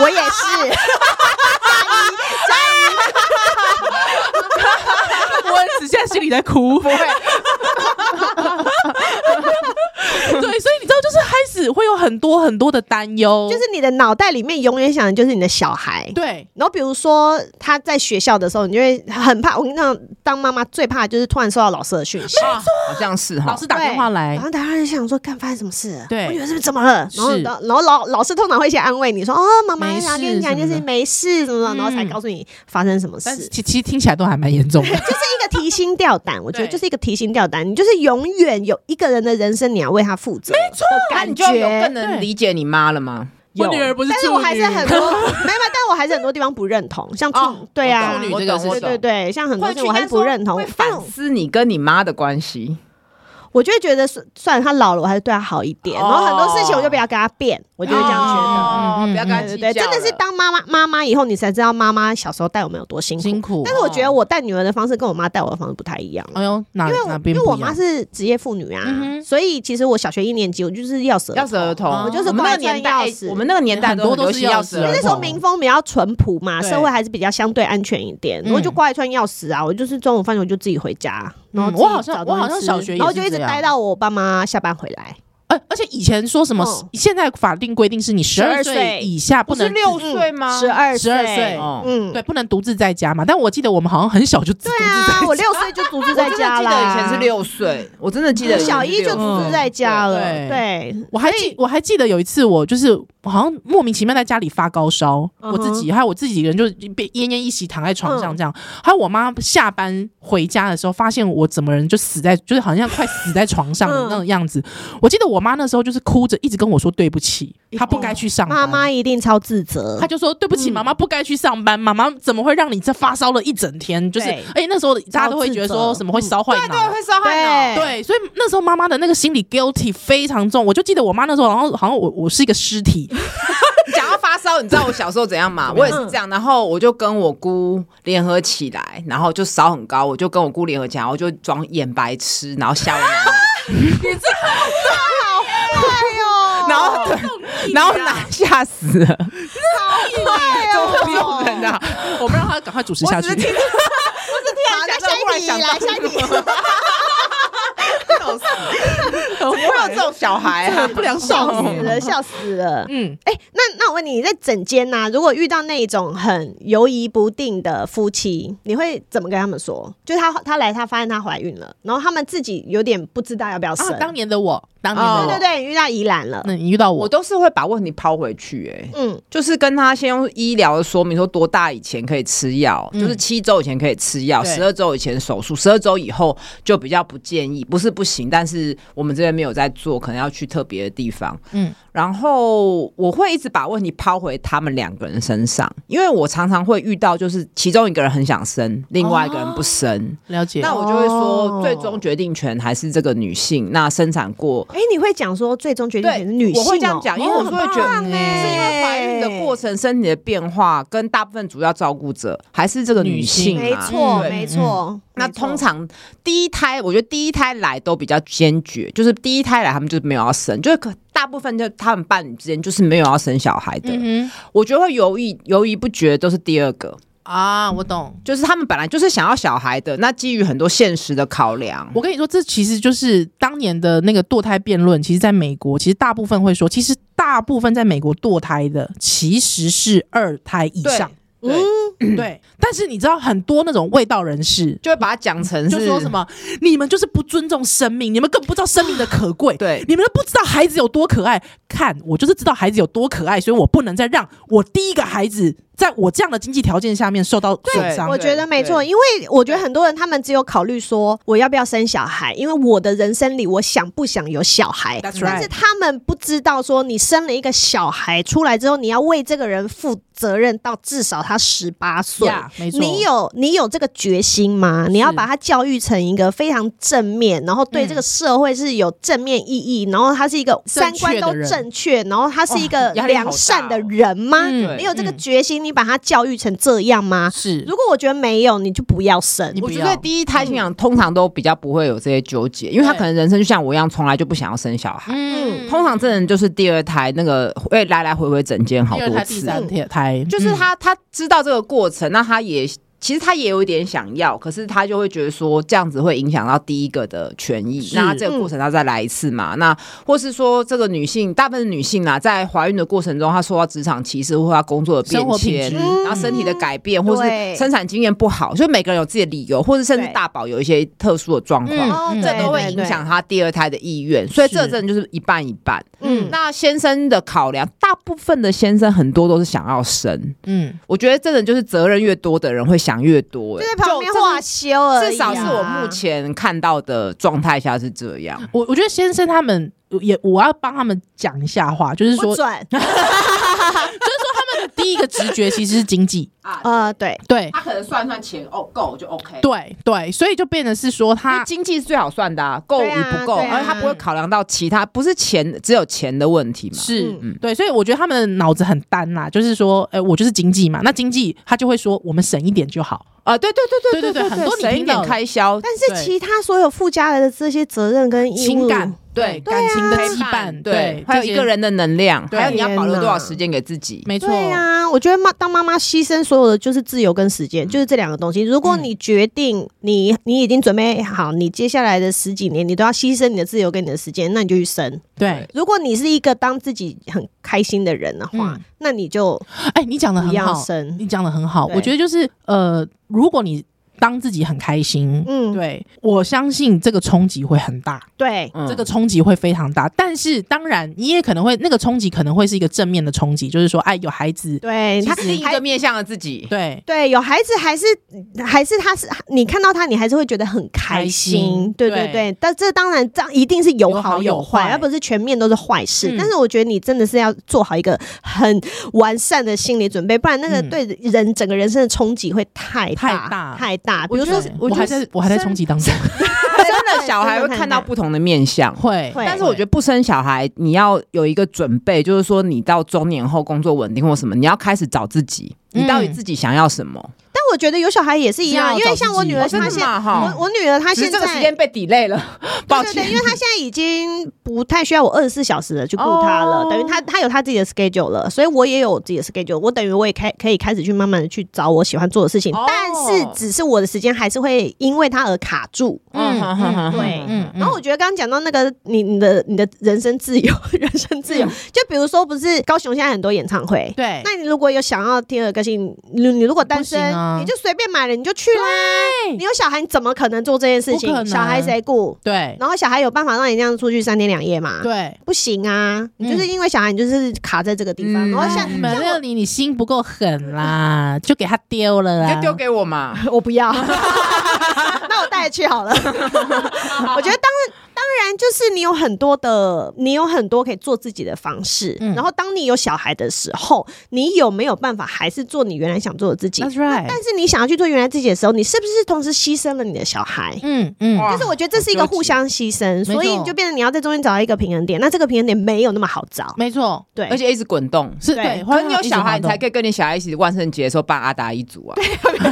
我也 是。
我只现在心里在哭。 对，所以你知道，就是开始会有很多很多的担忧，
就是你的脑袋里面永远想的就是你的小孩。
对，
然后比如说他在学校的时候，你就会很怕。我跟你讲，当妈妈最怕的就是突然收到老师的讯息，
啊好像是哈
老。师打电话来
然，后大家就想说，干发生什么事了？
对
我女儿是不是怎么了？然后
是
然后然后老老师通常会先安慰你说，哦，妈妈
没
然后
事
跟你讲就
什
是
么的
没事什么的，然后才
嗯
告诉你发生什么
但
事
是。其其实听起来都还蛮严重的。
就是一个提心吊胆，我觉得
对
就是一个提心吊胆。你就是永远有一个人的人生，你要为他负
哎
责。没错，
那
感
你
觉
就有更能理解你妈了吗？
我女儿不是
但是
处
我还
女
是很多没有，没有但我还是很多地方不认同，像处、
哦
对
我
啊
懂，
处女
我
这个
懂
是
我
对
懂
对对，像很多
会
事情我还是不认同
会，
但
反思你跟你妈的关系。
我就会觉得算算了，他老了，我还是对他好一点。
哦
然后很多事情我就不要跟他变，我就会这样觉得。
哦
嗯嗯
不要跟她计
对对
较
对，
了。
真的是当妈妈妈妈以后，你才知道妈妈小时候带我们有多辛苦。
辛苦
但。是我觉得我带女儿的方式跟我妈带我的方式不太一样。
哎呦，哪
因为
哪
我
边
因为
不一
我
样？
妈是职业妇女啊，
嗯哼
所以其实我小学一年级我就是要死
钥匙儿童，
我就是
我们那
乖
个年
乖
代哎
钥匙，
我们那个年代
嗯很多都
流
是
行
钥
钥
匙
匙
儿
儿
因
童。
为那时候民风比较淳朴嘛，
对
社会还是比较相对安全一点，
嗯
我就挂一串钥匙啊，我就是中午放学我就自己回家，然后
嗯
自己
我好像
找东西
我好像
吃
小学也是
然后就一直
这样
待到我爸妈下班回来，
而而且以前说什么
哦，
现在法定规定是你十二
12
岁
岁
以下不
不是
能
六岁吗？
十二
十二岁，
哦
嗯，
对，不能独自在家嘛。但我记得我们好像很小就自独
对
自在
啊，
家，
我六岁就独自
我
在
真的
家
记
啦，
得以前是，六岁，我真的记得以前是
小一就
六岁
独自在家了，
嗯
对，
我还记我还记得有一次，我就是我好像莫名其妙在家里发高烧，
嗯哼嗯
我自己还有我自己一个人就被奄奄一息躺在床上这样。还有我妈下班回家的时候，发现我整个人就死在，就是好像快死在床上的
嗯
那种样子。我记得我妈那时候就是哭着一直跟我说对不起，她不该去上班。
妈妈嗯一定超自责
她，就说：“对不起，妈妈不该去上班。妈妈怎么会让你这发烧了一整天？就是，
对
而且那时候大家都会觉得说
超自责啊
什么会烧坏脑，
对，会烧汗
对
脑。
对，所以那时候妈妈的那个心理 guilty 非常重，我就记得我妈那时候，然后好像我我是一个尸体，
讲到发烧，你知道我小时候怎样吗？
怎么
我
样
也是这样，然后我就跟我姑联合起来，然后就烧很高，我就跟我姑联合起来，然后就装眼白痴，然后吓我奶奶。
哎
然后对，然后拿吓死了，
呦，哎
怎
呦
么会这种人啊？
我不让她赶快主持下去。
我只是听
好，那下一题来，下一题。
怎么会有这种小孩啊？
不良
笑
少
死
女，
了，笑死了。
嗯，
哎、那那我问你，你在整间呐、如果遇到那一种很犹疑不定的夫妻，你会怎么跟他们说？就是她她来，她发现她怀孕了，然后他们自己有点不知道要不要生。
啊，当年的我，当年的
哦
我，
对对对，遇到宜兰了，
那你遇到
我
我，
都是会把问题抛回去、欸，
嗯，
就是跟他先用医疗的说明说多大以前可以吃药，
嗯
就是七周以前可以吃药，
对
十二周以前手术，十二周以后就比较不建议，不是不行，但是我们这边没有在做，可能要去特别的地方。
嗯
嗯，然后我会一直把问题你抛回他们两个人身上，因为我常常会遇到，就是其中一个人很想生，另外一个人不生，
了解。
那我就会
哦
说，最终决定权还是这个女性。那生产过
哎，你会讲说最终决定权是女性哦，
我会这样讲，因为我是会
哦
觉得，
很棒
是因
耶
为怀孕的过程、身体的变化，跟大部分主要照顾者还是这个女性
没
啊。
错，
对
没错。嗯
那
没错
通常第一胎，我觉得第一胎来都比较坚决，就是第一胎来他们就是没有要生，就是可大部分就他们伴侣之间就是没有要生小孩的。
嗯
我觉得会犹豫犹豫不决都是第二个，
哼啊，我懂。
就是他们本来就是想要小孩的，那基于很多现实的考量，
我跟你说，这其实就是当年的那个堕胎辩论。其实，在美国，其实大部分会说，其实大部分在美国堕胎的其实是二胎以
对
上，
对，
对。 但是你知道，很多那种卫道人士。
就会把它讲成是
就说什么，你们就是不尊重生命，你们更不知道生命的可贵，
对
你们都不知道孩子有多可爱。看，我就是知道孩子有多可爱，所以我不能再让我第一个孩子在我这样的经济条件下面受到损伤
我。觉得没错，
对
因为我觉得很多人他们只有考虑说我要不要生小孩，因为我的人生里我想不想有小孩
That's
但
right
是他们不知道说你生了一个小孩出来之后，你要为这个人负责任到至少他十八岁。
呀，没错，
你有你有这个决心吗？你要把他教育成一个非常正面，然后对这个社会是有正面意义，然后他是一个三观都
正确的人
正确，然后他是一个
哇压力好大
良善的人吗？
嗯
对
你有这个决心，你把他教育成这样吗？
是
如果我觉得没有，你就不要生
你。不
我觉
要嗯
得第一胎新娘通常都比较不会有这些纠结，因为她
对
可能人生就像我一样，从来就不想要生小孩。
嗯
通常真的就是第二胎那个会哎来来回回整间好
第二
多
胎、第
次，
三胎胎，
就是她她知道这个过程，那她也其实她也有一点想要，可是她就会觉得说这样子会影响到第一个的权益，
是嗯
那她这个过程她再来一次嘛？那或是说这个女性，大部分女性啦，啊在怀孕的过程中，她受到职场歧视或她工作的
生
变
活品
迁
质，
嗯
然后身体的改变，或
对
是生产经验不好，所以每个人有自己的理由，或是甚至
对
大宝有一些特殊的状况，
嗯
哦
这都会影响。她第二胎的意愿，所以这真的就是一半一半。
嗯
那先生的考量，大部分的先生很多都是想要生，
嗯，
我觉得真的就是责任越多的人会想越多、
对
欸
对就在旁边
就这
画修而已、啊。
至少是我目前看到的状态下是这样。
我我觉得先生他们也，我要帮他们讲一下话，就是
不
说，就
准。
第一个直觉其实是经济，
啊
呃，对，
对
他可能算算钱哦够就 OK，
对对，所以就变得是说
啊因为
他
经济是最好算的、啊，够
对
与
啊
不够，
对啊
而且他不会考量到其他，不是钱只有钱的问题嘛。
是、
嗯
对，所以我觉得他们的脑子很单啦，就是说，呃，我就是经济嘛，那经济他就会说我们省一点就好，
啊、对对对
对
对
对对很多你
省一
听到
点
的
开销，
但是
对
其他所有附加来的这些责任跟义务，
情感哦对
对啊
感情的羁
陪
绊，
伴
对，
还有
这些
一个，人的能量，
对
还有你要保留
天哪
多少时间给自己。
没错，
对啊呀、我觉得妈当妈妈牺牲所有的就是自由跟时间，
嗯
就是这两个东西。如果你决定你你已经准备好，你接下来的十几年你都要牺牲你的自由跟你的时间，那你就去生。
对，
如果你是一个当自己很开心的人的话，
嗯
那你就
哎，你讲的
不
很
要
好，
生。
你讲的很好，
对
我觉得就是呃，如果你当自己很开心，
嗯，
对我相信这个冲击会很大。
对，
嗯
这个冲击会非常大。但是当然，你也可能会那个冲击可能会是一个正面的冲击，就是说，哎，有孩子，
对，他
他另一个面向的自己，
对，
对，有孩子还是还是他是你看到他，你还是会觉得很开心，
开心
对对
对
对。但这当然这样一定是有
有
好
好有
有坏，
坏
而不是全面都是坏事。
嗯
但是我觉得你真的是要做好一个很完善的心理准备，不然那个
嗯
对人、整个人生的冲击会太
太大
太大。比
我
如
觉
说啊
得
对
我
我
觉得
还在我还在
生
冲击当中，
生了小孩会看到不同的面相。
会，
会
但是我觉得
得
不生小孩，你要有一个准备，就是说你到中年后工作稳定或什么，你要开始找自己，
嗯
你到底自己想要什么？
但我觉得有小孩也是一样，
啊
是要
因为像我女儿，
找自
她
己
现
哦真的吗
我
哈
我女儿她
只
现
是这个时
在
间。被 delay 了，抱
对对
歉
对，因。为她现在已经不太需要我二十四小时的去顾她了，
哦
等于她她有她自己的 schedule 了，所以我也有我自己的 schedule，我等于我也开可以开始去慢慢的去找我喜欢做的事情，
哦
但是只是我的时间还是会因为她而卡住。
嗯
嗯哼哼哼
对
嗯
然后我觉得刚刚讲到那个你你的你的人生自由， 人生自由，就比如说不是高雄现在很多演唱会，
对
那你如果有想要第二个性，你你如果单身，
不行啊
你就随便买了你就去啦。你有小孩，你怎么可能做这件事
不
情？
可能
小孩谁顾？
对
然后小孩有办法让你这样出去三天两夜吗？，
对。嗯
不行啊！你就是因为小孩，你就是卡在这个地方。
嗯
然后像
你们那里你心不够狠啦，就给他丢了
你
啦，
就丢给 我嘛。
我不要，那我带去好了。我觉得当然，当然就是你有很多的，你有很多可以做自己的方式。
嗯
然后当你有小孩的时候，你有没有办法还是做你原来想做的自己？
That's right
那但是你想要去做原来自己的时候，你是不是同时牺牲了你的小孩？
嗯嗯，
哇
就是我觉得这是一个
好纠结
互相牺牲，
错
所以就变成你要在中间找到一个平衡点。那这个平衡点没有那么好找，
没错，
对，
而且一直滚动。
是
对
对。
可是你有
一直
小孩，
滑
你
动
才可以跟你小孩一起万圣节的时候扮阿达一族啊。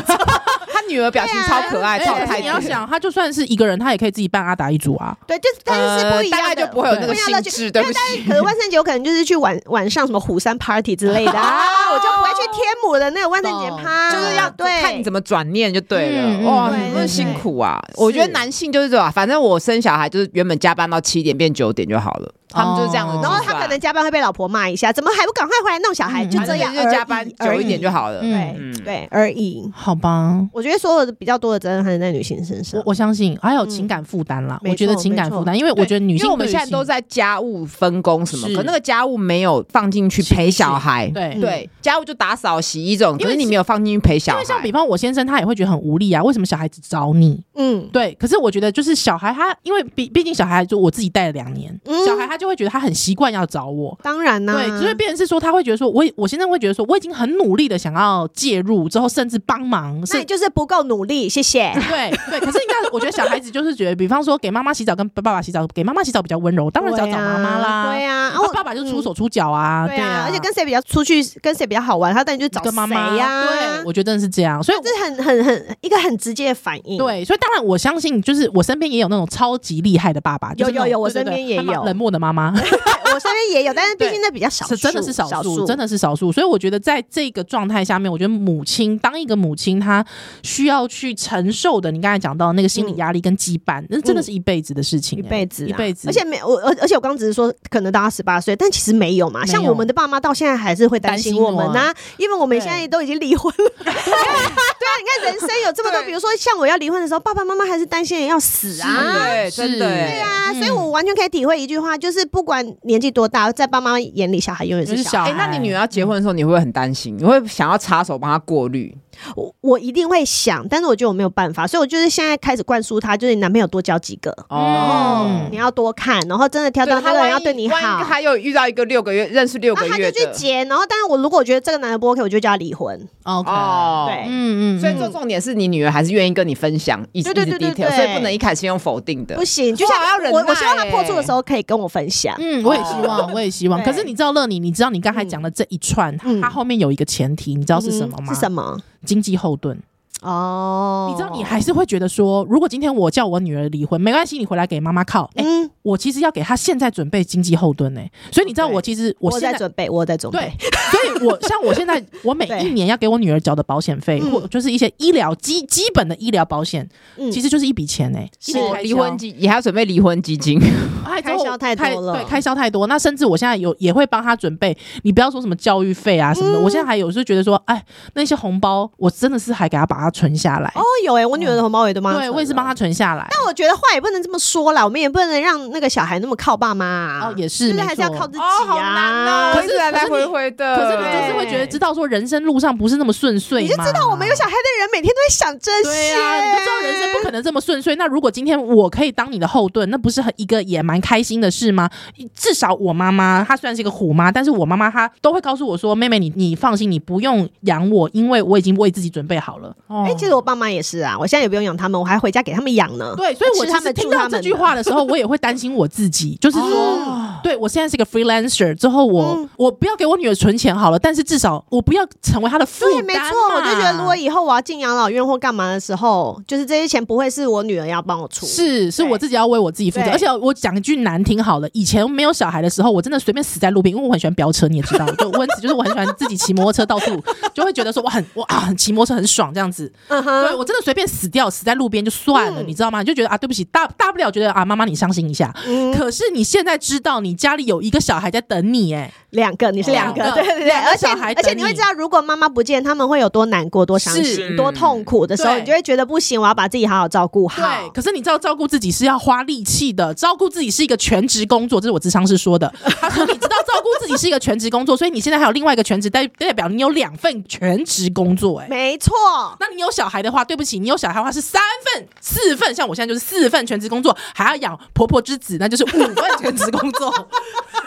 他女儿表情超可爱，
哎
超
可是
太
你要想，他就算是一个人，他也可以自己办阿达一族啊。
对，就是但是不一
呃大
样
概
的，
就不会有那个
不一样的
兴
就
致，对不起。
可能万圣节我可能就是去晚晚上什么虎山 party 之类的 啊，我就不会去天母的那个万圣节趴，
就是要
嗯对
看你怎么转念就对了，
嗯嗯
哇，
对
你
对
们辛苦啊！我觉得男性就是这样，啊反正我生小孩就是原本加班到七点变九点就好了，他们就是这样的计
哦
划，
然后他可能加班会被老婆骂一下，怎么还不赶快回来弄小孩？
嗯
就
反
这
正
样，
就是加班
而已
久一点就好了。
嗯
对、
嗯
对而已。
好吧，
我觉得所有的比较多的责任还是在女性身上
我。我相信还有
嗯
情感负担啦。
没
我觉得
错
情感
没错
负担，因为我觉得女
因
性
为我们
对于
现在都
性
在家务分工什么，
是
可那个家务没有放进去陪小孩，
对
嗯
对，家务就打扫、洗衣这种，
因为
可是你
是
没有放进去陪小
因为像比
孩。
方我先生，他也会觉得很无力啊，为什么小孩子找你？
嗯，
对，可是我觉得就是小孩他，因为毕毕竟小孩就我自己带了两年，
嗯
小孩他就会觉得他很习惯要找我。
当然啦、
对，就是变成是说，他会觉得说，我也我现在会觉得说，我已经很努力的想要介入，之后甚 至帮忙，
那
是
你就是不够努力，谢 谢。
对对，可是你看，我觉得小孩子就是觉得，比方说给妈妈洗澡跟爸爸洗澡，给妈妈洗澡比较温柔，当然找
对
找
啊
妈妈啦。
对
啊，
啊，啊
爸爸就出。
嗯
手出脚啊，
对
啊
啊，，而且跟谁比较出去，跟谁比较好玩，他当然就找
跟妈妈
谁呀、
对，我觉得真的是这样，所以
这是很很很一个很直接的反应。，
对，所以当然我相信，就是我身边也有那种超级厉害的爸爸，就是
有有
那种
有我
对对
身边
对
也
他妈
有
冷漠的妈妈，
我身边也 有，但是毕竟那比较少数，
是真的是
少
少数，真的是少数。所以我觉得在这个状态下面，我觉得母亲当一个母亲，她需要去承受的，你刚才讲到那个心理压力跟羁绊，那真的是一辈子的事情、
嗯
欸
一辈子、啊，
一辈子
而且没我，而而且我刚刚只是说，可能到他十八岁，但其实没有嘛。
没有
像我们的爸妈到现在还是会担心我们
担
呐、因为我们
对
现在都已经离婚了。对啊，你看人生有这么多，
对
比如说像我要离婚的时候，爸爸妈妈还是担心人要死啊。
对，
是
真的欸，
对啊，
嗯
所以我完全可以体会一句话，就是不管年纪多大，在爸妈眼里，小孩永远
就是是
小孩。
小
哎、
孩。
那你女儿要
嗯
结婚的时候，你会不会很担心？你会想要插手帮她过滤？
我我一定会想，但是我觉得我没有办法，所以我就是现在开始灌输他，就是你男朋友多交几个，
哦
你要多看，然后真的挑到那个人要对你好。
他又遇到一个六个月认识六
那
个
他就
月
去
的，
结，然后但是我如果我觉得这个男的不 OK，我就叫他离婚。
OK，、
哦，
对
嗯嗯，
所以
嗯
这重点是你女儿还是愿意跟你分享一直
对对
一直
对对
detail，
对
所以不能一开始先用否定的
不。行，就像
哇要忍
我我
耐
希望他破处的
欸
时候可以跟我分享。
嗯，我也希望，我也希望。
哦对
可是你知道乐你，你知道你刚才讲的这一串，
嗯
它后面有一个前提，你知道是什么
嗯
吗？
是什么？
经济后盾。
哦，
你知道，你还是会觉得说，如果今天我叫我女儿离婚，没关系，你回来给妈妈靠。哎，
嗯，
我其实要给她现在准备经济后盾呢。所以你知道，
对
我其实
我
我现
在
在。
准备，我在准
对
备。，
所 以我像我现在，我每
对
一年要给我女儿缴的保险费，
嗯
或就是一些医疗基基本的医疗保险，
嗯
其实就是一笔钱哎、一笔
是
开销
离婚基也还要准备离婚 基金，
哎
开销太多了
对，开销太多。那甚至我现在有也会帮他准备，你不要说什么教育费啊什
嗯
么的，我现在还有时候觉得说，哎，那些红包我真的是还给他把它存下来，
哦，有哎，我女儿的红包我也都帮她
嗯对
存
我也是帮
了。
他存下来。
但我觉得话也不能这么说啦，我们也不能让那个小孩那么靠爸妈啊
哦，也，
就是是
没
还是要
错
靠自己
哦好
啊。
难哦
可
一
是
直来来
可是
回
你
回的。
可是你就是会觉得知道说人生路上不是那么顺遂
你就知哦道我们有小孩的人每天都会想这些，
对啊，你就知道人生不可能这么顺遂。那如果今天我可以当你的后盾，那不是很一个也蛮开心的事吗？至少我妈妈她虽然是一个虎妈，但是我妈妈她都会告诉我说：“妹妹你，你放心，你不用养我，因为我已经为自己准备 好了。
哦
哎、其实我爸妈也是啊，我现在也不用养他们，我还回家给他们养呢。
对，所以我
吃
其
他
实
们
听
住他
到
们
这
的哦
句话的时候，我也会担心我自己，就是说，对我现在是个 freelancer，之后我、
嗯
我不要给我女儿存钱好了，但是至少我不要成为她的负担啊
对，没错，我就觉得
嘛
如果以后我要进养老院或干嘛的时候，就是这些钱不会是我女儿要帮我出，
是，是
对
我自己要为我自己负责。
对
而且我讲一句难听好了，以前没有小孩的时候，我真的随便死在路边，因为我很喜欢飙车，你也知 道，就温子就是我很喜欢自己骑摩托车到处，就会觉得说我很我啊很骑摩托车很爽这样子。
嗯
对
哼，
我真的随便死掉，死在路边就算了，
嗯
你知道吗？你就觉得啊对不起，大大不了觉得啊妈妈你伤心一下。
嗯，
可是你现在知道你家里有一个小孩在等你，哎，
两个，你是两个，
两个
对对对，
两个
而且
小孩
而且
等
你会
你
知道，如果妈妈不见，他们会有多难过、多伤心、
是
多痛苦的时候，
对
你就会觉得不行，我要把自己好好照顾好
对，。可是你知道照顾自己是要花力气的，照顾自己是一个全职工作，这是我智商是说的。他说你知道照顾自己是一个全职工作，所以你现在还有另外一个全职，代代表你有两份全职工作、哎，
没错，
那你你有小孩的话，对不起，你有小孩的话是三份、四份，像我现在就是四份全职工作，还要养婆婆之子，那就是五份全职 工作，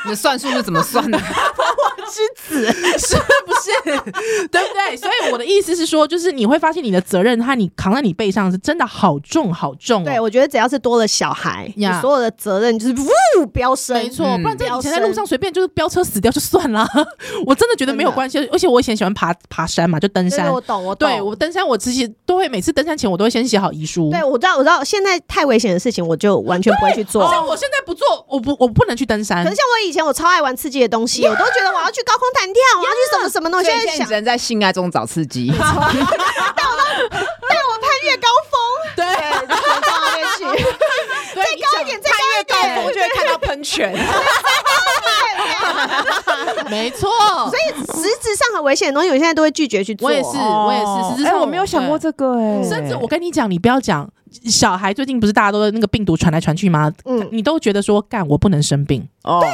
你的算数是怎么算的？
哦
是不是？对不对？所以我的意思是说，就是你会发现你的责任和你扛在你背上是真的好重好重、哦。
对，我觉得只要是多了小孩，你
呀
所有的责任就是呜飙升，
没错，不然这以前在路
飙升
上随便就是飙车死掉就算了， 我真的觉得没有关系。而且我以前喜欢爬爬山嘛，就登
对对
山。
我懂，我懂。
对我登山，我其实都会每次登山前我都会先写好遗书。
对，我知道，我知道，现在太危险的事情，我就完全不会去做。
像我现在不做，我不我不能去登山
可是。像我以前，我超爱玩刺激的东西，我都觉得我要去高空弹跳，我要去什么什么的。我
我
现在
现在
想
只，能在性爱中找刺 激。
带啊我攀越高峰，
对
对，到那边去，
对，
再高一点，再高一点，
就会看到 喷泉，
没错。
所以实质上很危险的东西，我现在都会拒绝去做。
我也是，我也是。实质
哎，
上
我没有想过。这个哎，
对甚至我跟你讲，你不要讲小孩，最近不是大家都那个病毒传来传去吗？
嗯
你都觉得说干我不能生病，
哦，
对，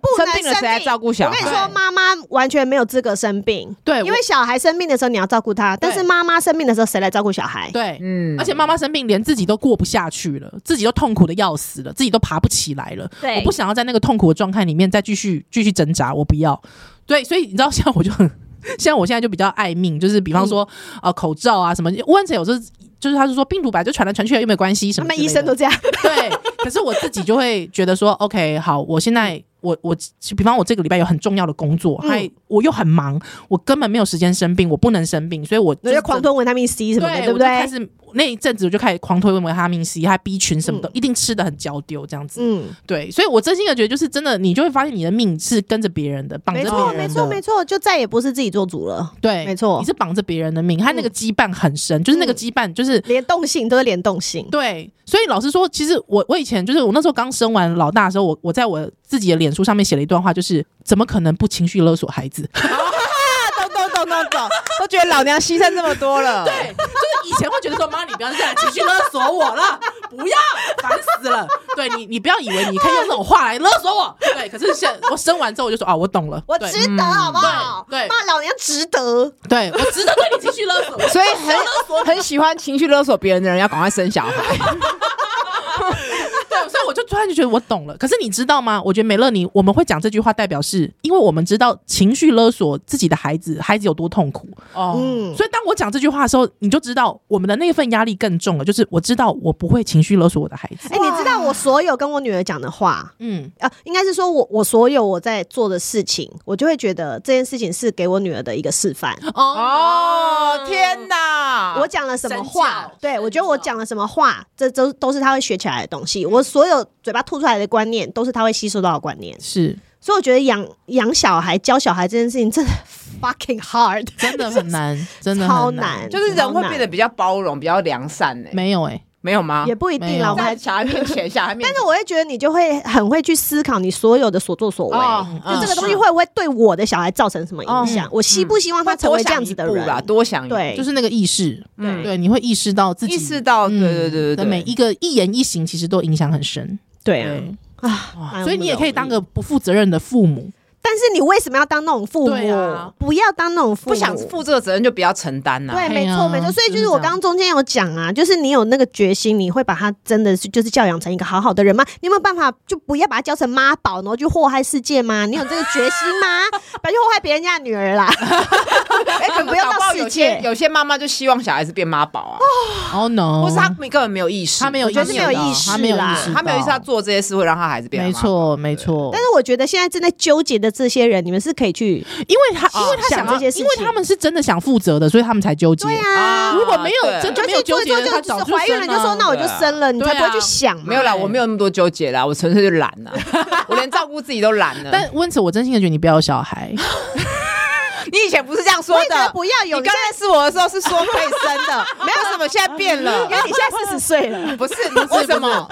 不能
生病了谁来照顾小孩
我跟你说，妈妈完全没有资格生病，
对，
因
我
为小孩生病的时候你要照顾他，但是妈妈生病的时候谁来照顾小孩？
对，
嗯
而且妈妈生病，连自己都过不下去了，自己都痛苦的要死了，自己都爬不起来了。
对
我不想要在那个痛苦的状态里面再继续继续挣扎，我不要。对，所以你知道，现在我就 很，像我现在就比较爱命，就是比方说，
嗯
呃，口罩啊什么。温晨有时候就是他就说病毒本来就传来传去的，又没关系什
他
么之
们
类的。
医生都这样，
对，可是我自己就会觉得说，OK，好，我现在我我比方我这个礼拜有很重要的工作，
嗯
还我又很忙，我根本没有时间生病，我不能生病，所以我
那
是
就狂吞维他命 C 什么的，对
我
不
就开
对？
始那一阵子我就开始狂推维他命 C，还 B 群什么的，
嗯
一定吃的很焦丢这样子。
嗯，
对，所以我真心的觉得，就是真的，你就会发现你的命是跟着别人的，绑着
没
别
错，
人的，
没错，没错，就再也不是自己做主了，
对，
没错嗯
你是绑着别人的命，他那个羁绊很深，就是那个羁绊，就是。
联动性都是联动性。
对，所以老实说，其实我我以前就是我那时候刚生完老大的时候，我我在我自己的脸书上面写了一段话，就是怎么可能不情绪勒索孩子？
啊
懂懂懂懂懂， 都觉得老娘牺牲这么多了，
对，就是以前会觉得说，妈，你不要再来情绪勒索我了，不要，烦死了。对你，你不要以为你可以用这种话来勒索我。对，可是现我生完之后，我就说啊，我懂了，
我
对嗯
值得，好不好？
对对
骂老娘值得。
对我值得对你情绪勒索。
所以很很喜欢情绪勒索别人的人，要赶快生小孩。
对，所以我就突然就觉得我懂了。可是你知道吗？我觉得美乐你，我们会讲这句话，代表是因为我们知道情绪勒索自己的孩子，孩子有多痛苦。
哦
嗯，
所以当我讲这句话的时候，你就知道我们的那份压力更重了。就是我知道我不会情绪勒索我的孩子。
哎，你知道我所有跟我女儿讲的话，
嗯，
啊，应该是说我我所有我在做的事情，我就会觉得这件事情是给我女儿的一个示范。
哦，天哪！
我讲了什么
啊身
话
教？
对，
身
我觉得我
教
讲了什么话，这都都是他会学起来的东西。我所有嘴巴吐出来的观念，都是他会吸收到的观念。
是
所以我觉得养养小孩、教小孩这件事情真的 fucking hard。
真的很难，真的很
超
难
难，
就是人会变得比较包容、比较良善呢、
没有哎、
啊没有吗
也？不一定
没有
啦，我们还
在小孩面前，小孩面
但
前
是，我会觉得你就会很会去思考你所有的所作所为，
哦
就这
嗯哦
个东西会不会对我的小孩造成什么影响？我希不希望他成为这样子的
多想一步啦
人？
多想一步，
对，
就是是那个意识，
嗯
对，你会意识到自己
意识到，对对对对
的
对，
每一个一言一行，其实都影响很深。
对啊
对，
啊，蛮
所以你也可以
不容
当
易
个不负责任的父母。
但是你为什么要当那种父
对
母？
啊
不要当那种父母，
不想负这个责任就不要承担啊呐、
对，
嘿
没
呀
错，没错。所以
就
就是是我
这
刚
样
刚中间有讲啊，就是你有那个决心，你会把他真的是就是教养成一个好好的人吗？你有没有办法就不要把他教成妈宝，然后去祸害世界吗？你有这个决心吗？ 不要去祸害别人家的女儿啦，
哎、可能
不要到
搞好
世
有
界
些有些妈妈就希望小孩子变妈宝啊，
哦 no，
或是她根本没有意识，
他没有意
觉得
识
是没有
到
意识
他没有意
啦
识，
她没有意识到，做这些事会让她孩子变妈
没
宝，
错没错。
但是我觉得现在正在纠结的这些人，你们是可以去
因为他因为他
想
想要
这些事
因为
情
他们是真的想负责的，所以他们才纠结。
对啊。
啊
如果没有
对
真的
就
没有
是
纠
做
结
一做，
的他
就
早
是
就
怀孕了就
生
说
了
那我就生了，你才
对啊
不会去想嘛。
没有啦，我没有那么多纠结啦，我纯粹就懒啦，我连照顾自己都懒 了。
但温子，我真心的觉得你不要有小孩，
你以前不是这样说
我也觉得
的，
不要有，
你刚认识我的时候是说可以生的，没有什么现在变了
因。为你现在四十岁
嗯
了
不是，为什么？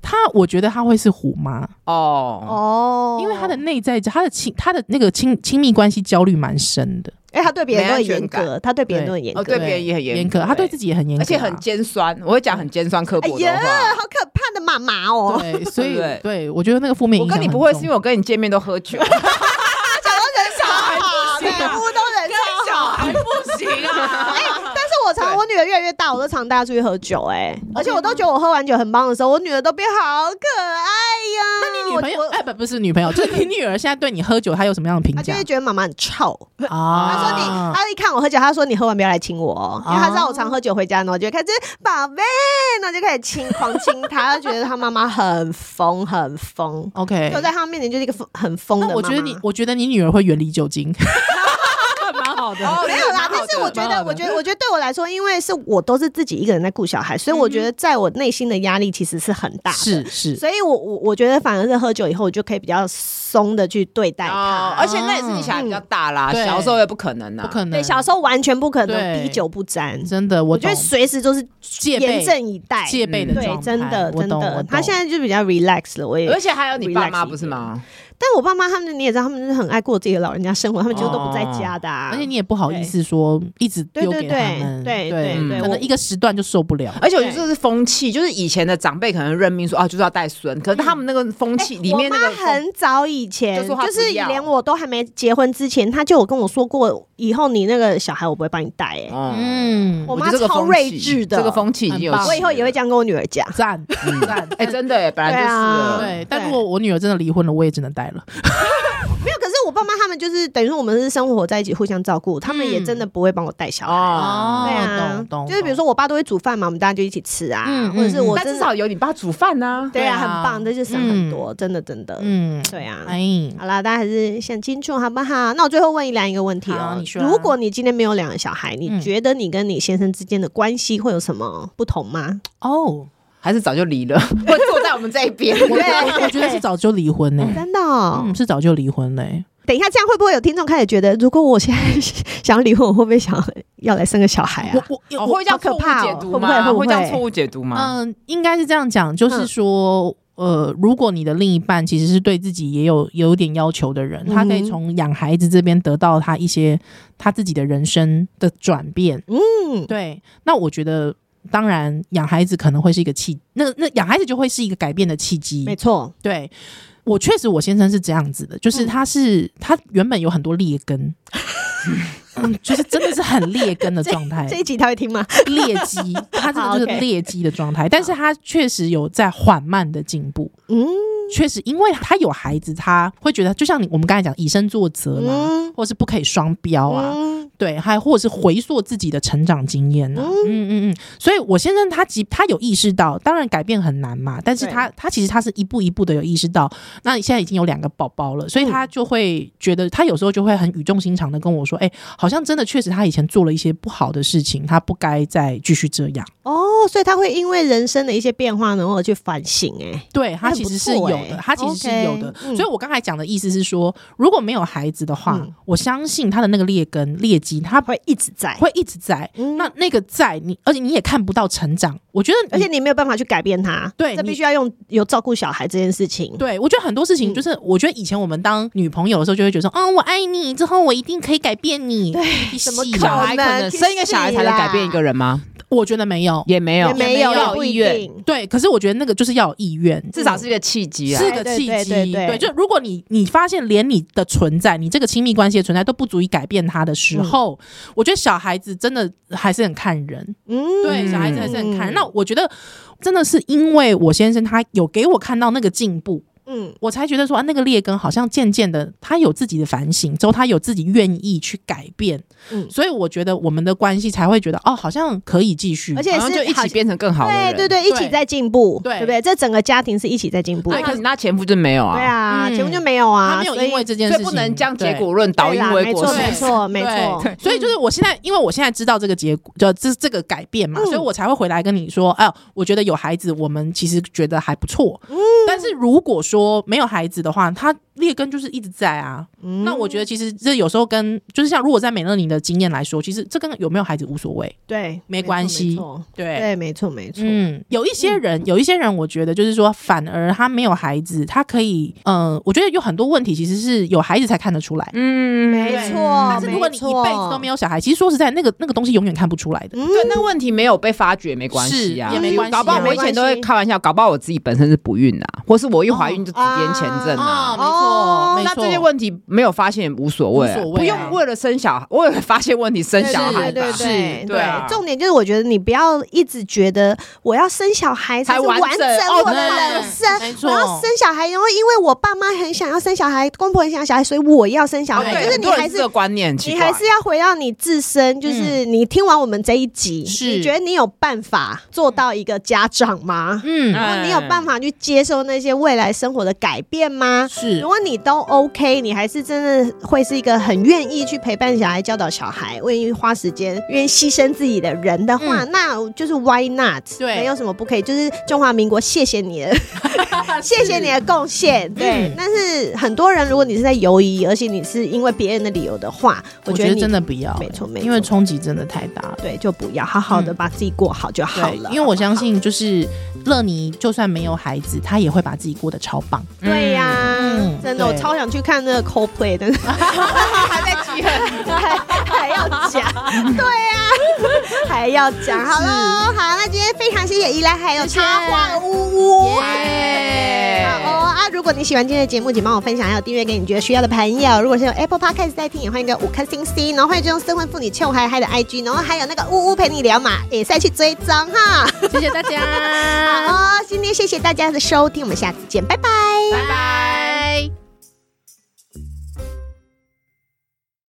他我觉得他会是虎妈，
哦，
哦，
因为他的内在他的亲他的那个亲亲密关系焦虑蛮深的，
哎，他对别人都很
没安
严
全感
格，他对别人都很严
哦
格，
对别人也很严
严格，
格
他对
欸
自己也很严格
而
啊，
且很尖酸，我会讲很尖酸刻
哎
薄的
呀，
话。
好可怕的妈妈哦！
对，所以
对不对
对我觉得那个负面
我
影响
跟
很
你
重，
不会是因为我跟你见面都喝酒，
讲到人超好，
对
对，屋都人超好。
孩不行啊。
哎，但是我常女儿越来越大，我都常带她出去喝酒、哎，而且我都觉得我喝完酒很棒的时候，我女儿都变好可爱呀。
女朋友
我我
哎不不是女朋友，就是你女儿现在对你喝酒，她有什么样的评
她就
价
会觉得妈妈很臭。
啊
她说你，她一看我喝酒，她说你喝完不要来亲我哦，因
啊
为她知道我常喝酒回家，然后我就开始宝贝，然后就开始亲，狂亲她，她觉得她妈妈很疯，很疯。
OK，
就在她面前就是一个疯很疯的
那
妈妈。
我觉得你，我觉得你女儿会远离酒精，蛮好的
哦
没有啦，但是我觉得，我觉得，我觉得对我来说，因为是我都是自己一个人在顾小孩，所以我觉得在我内心的压力其实是很大的。
嗯是是，
所以我我我觉得反而是喝酒以后，我就可以比较松的去对待
哦
啊
他。，
而且那也是你小孩比较大啦，
嗯对
小时候也不可能啊，
不可能。
对，小时候完全不可能
对
滴酒不沾，
真的，我
我觉得
懂
随时都是
戒备
严阵以待。
戒备的
嗯
状
对
态，，
真的
我
真
懂
的，他现
在
在就比较 relax 了。我也，
而且还有你爸妈
relax 一
不是吗？
但我爸妈他们你也知道，他们就是很爱过自己的老人家生活，他们几乎都不在家的啊。
哦而且你也不好意思说一直丢给他们，嗯
对对对
对对
可能
我
一个时段就受不了。
而且我觉得这是风气，就是以前的长辈可能任命说啊，就是要带孙，可是他们那个风
哎
气里面那
我
个
妈
风
很早以前，
就说她不
是
要
连我都还没结婚之前，她就有跟我说过，以后你那个小孩我不会帮你带、欸。
哦
嗯，
我
我
妈
觉得这个
超
风
睿
气
智的
这个风气已经有
很。棒
我以后也会这样跟我女儿讲。
赞赞，
哎，真的耶，本来就是
嗯对啊
了。
对。但如果我女儿真的离婚了，我也只能带了。
没有，可是我爸妈他们就是等于说我们是生活在一起，互相照顾，他们也真的不会帮我带小孩。
哦，
对啊，
嗯懂懂，
就是比如
懂
说我爸都会煮饭嘛，我们大家就一起吃啊，
嗯嗯
或者是我
但
真
至
的
少有你爸煮饭呐。
对啊，
对啊
很棒，这就省很多，真的真的，
嗯，
对啊。
哎，
好啦，大家还是想清楚好不好？那我最后问一良一个问题哦
好、你说啊
如果你今天没有两个小孩，你
嗯
觉得你跟你先生之间的关系会有什么不同吗？
哦，
还是早就离了，会坐 在我们这 一边。
我觉得我觉得是早就离婚呢，
真的、哦
嗯，是早就离婚嘞。
等一下这样会不会有听众开始觉得，如果我现在 想要离婚，我会不会想要来生个小孩
我
啊？
我
哦
我
会这
好
样
可
错误
怕哦
解读
会不会
吗？
会不会
这样错误解读吗？
嗯，应该是这样讲，就是
嗯
说。呃，如果你的另一半其实是对自己也有有点要求的人，他可
嗯
以
哼
从养孩子这边得到他一些他自己的人生的转变。
嗯，
对，那我觉得，当然养孩子可能会是一个契，那那养孩子就会是一个改变的契机。
没错，
对，我确实我先生是这样子的，
嗯
就是他是、他原本有很多劣 根。嗯，就是真的是很劣根的状态，
这一集他会听吗？
劣迹，他这个就
好，OK
是劣迹的状态，但是他确实有在缓慢的进步，
嗯
确实，因为他有孩子，他会觉得，就像你我们刚才讲以身作则嘛，
嗯
或是不可以双标啊，
嗯
对，还或者是回溯自己的成长经验
哦
呢、啊。嗯嗯嗯，所以我先生他即他有意识到，当然改变很难嘛，但是
对
他他其实他是一步一步的有意识到。那你现在已经有两个宝宝了，
嗯
所以他就会觉得，他有时候就会很语重心长的跟我说：“哎、好像真的确实他以前做了一些不好的事情，他不该再继续这样。
哦，所以他会因为人生的一些变化，然后而去反省、哎，
对他
那
其
不
实是有
错
的，
欸
他其实是有的。
OK，嗯
所以我刚才讲的意思是说，如果没有孩子的话，
嗯
我相信他的那个劣根劣迹，他
会一直在。
会一直在。
嗯
那那个在你，而且你也看不到成长。我觉得
而
你，
且你没有办法去改变他，
嗯对
这
你
必须要用有照顾小孩这件事情。
对我觉得很多事
嗯
情，就是、我觉得以前我们当女朋友的时候，就会觉得说，嗯，我爱你，之后我一定可以改变你。对，
怎么嗯可
小
能
孩可能生一个小孩才能改变一个人吗？
我觉得没有。
也没有
也，没有，
也没有
也不一
意愿
定。
对，可是我觉得那个就是要有意愿，
至少是一个契机啊。
是
哎
个
对
契
对
机。
对对
就如果你你发现连你的存在，你这个亲密关系的存在都不足以改变他的
嗯
时候，我觉得小孩子真的还是很看人，
嗯，
对，小孩子还是很看
嗯
人。那我觉得真的是因为我先生他有给我看到那个进步。
嗯，
我才觉得说啊，那个劣根好像渐渐的，他有自己的反省，之后他有自己愿意去改变，
嗯
所以我觉得我们的关系才会觉得哦，好像可以继续，
而且
然后
是
就一
好
起变成更好的
对
人。啊
对对，一起
对
在进步，
对哎
对不对？这整个家庭是一起在进步的。
对，可是那前夫就没有
对
啊，
啊，
嗯
结婚就没有啊，
他没有
所以
因为这件事
所以
情
不能将结
对
果论导
对
因
啦
为果
没
是。
错没错
对
没错，
所以就是我现在，因为我现在知道这个结果，就这这个改变嘛，
嗯
所以我才会回来跟你说，哎、我觉得有孩子，我们其实觉得还不错。
嗯
但是如果说没有孩子的话，他劣根就是一直在啊。
嗯
那我觉得其实这有时候跟就是像如果在美乐你的经验来说，其实这跟有没有孩子无所谓。
对，
没
错
关系
错
对
对，没错没错，
嗯，有一些人，有一些人，我觉得就是说，反而他没有孩子，他可以，嗯、我觉得有很多问题其实是有孩子才看得出来的。
嗯，
没
对
错。
但是如果你一辈子都没
有，
有小孩，其实说实在，那个那个东西永远看不出来的。
嗯
对，那问题没有被发觉没关系啊，
是也没关系啊
搞不好我以前都会开玩笑，搞不好我自己本身是不孕啊，或是我一怀
哦
孕就直接签证
啊，
啊。
没错，没
那
错。
这些问题没有发现也无所谓啊，
无所
不
谓啊
用为了生小孩，为了发现问题生小孩吧，
对对
是
对
对啊
重点就是我觉得你不要一直觉得我要生小孩
才
是完
完整
整我
哦
的人
对没
生，
错
我要生小孩，然后因为我爸妈很想要生小孩，公婆很想要小孩，所以我要生小
哦
孩，
对
就是
很
你
多人
还
这
是
个。观念很奇
你
怪，
还是要回到你自身，就是你听完我们这一集，
嗯
是
你觉得你有办法做到一个家长吗？
嗯，
然后你有办法去接受那些未来生活的改变吗？
是
如果你都 OK，你还是真的会是一个很愿意去陪伴小孩、教导小孩、愿意花时间、愿意牺牲自己的人的话，那就是 Why not？
嗯对
没有什么不可以。就是中华民国，谢谢你的，谢谢你的贡 献。
嗯
对，但是很多人，如果你是在犹疑，而且你是因为别人的理由的话，
我
觉
觉得
你
真的不要，
没错没错
因为冲击真的太大了。
对就不要，好好的
嗯
把自己过好就好
对
了。
因为我相信，就是乐妮就算没有孩子，她也会把自己过得超棒。
对呀、
嗯
真的，我
对
超想去看那个 CoPlay 的， 还在集合，还 还要 讲，对呀、还要讲。好喽，好，那今天非常谢谢依兰，还有插画屋屋。好哦啊！如果你喜欢今天的节目，请帮我分享，还有订阅给你觉得需要的朋友。如果是用 Apple Podcast 在听，也欢迎给我五颗星星，然后欢迎追踪生婚妇女俏嗨嗨的 IG，然后还有那个呜呜陪你聊嘛，也再去追踪哈。
谢谢大家，
哦好哦，今天谢谢大家的收听，我们下次见，拜拜。
拜拜。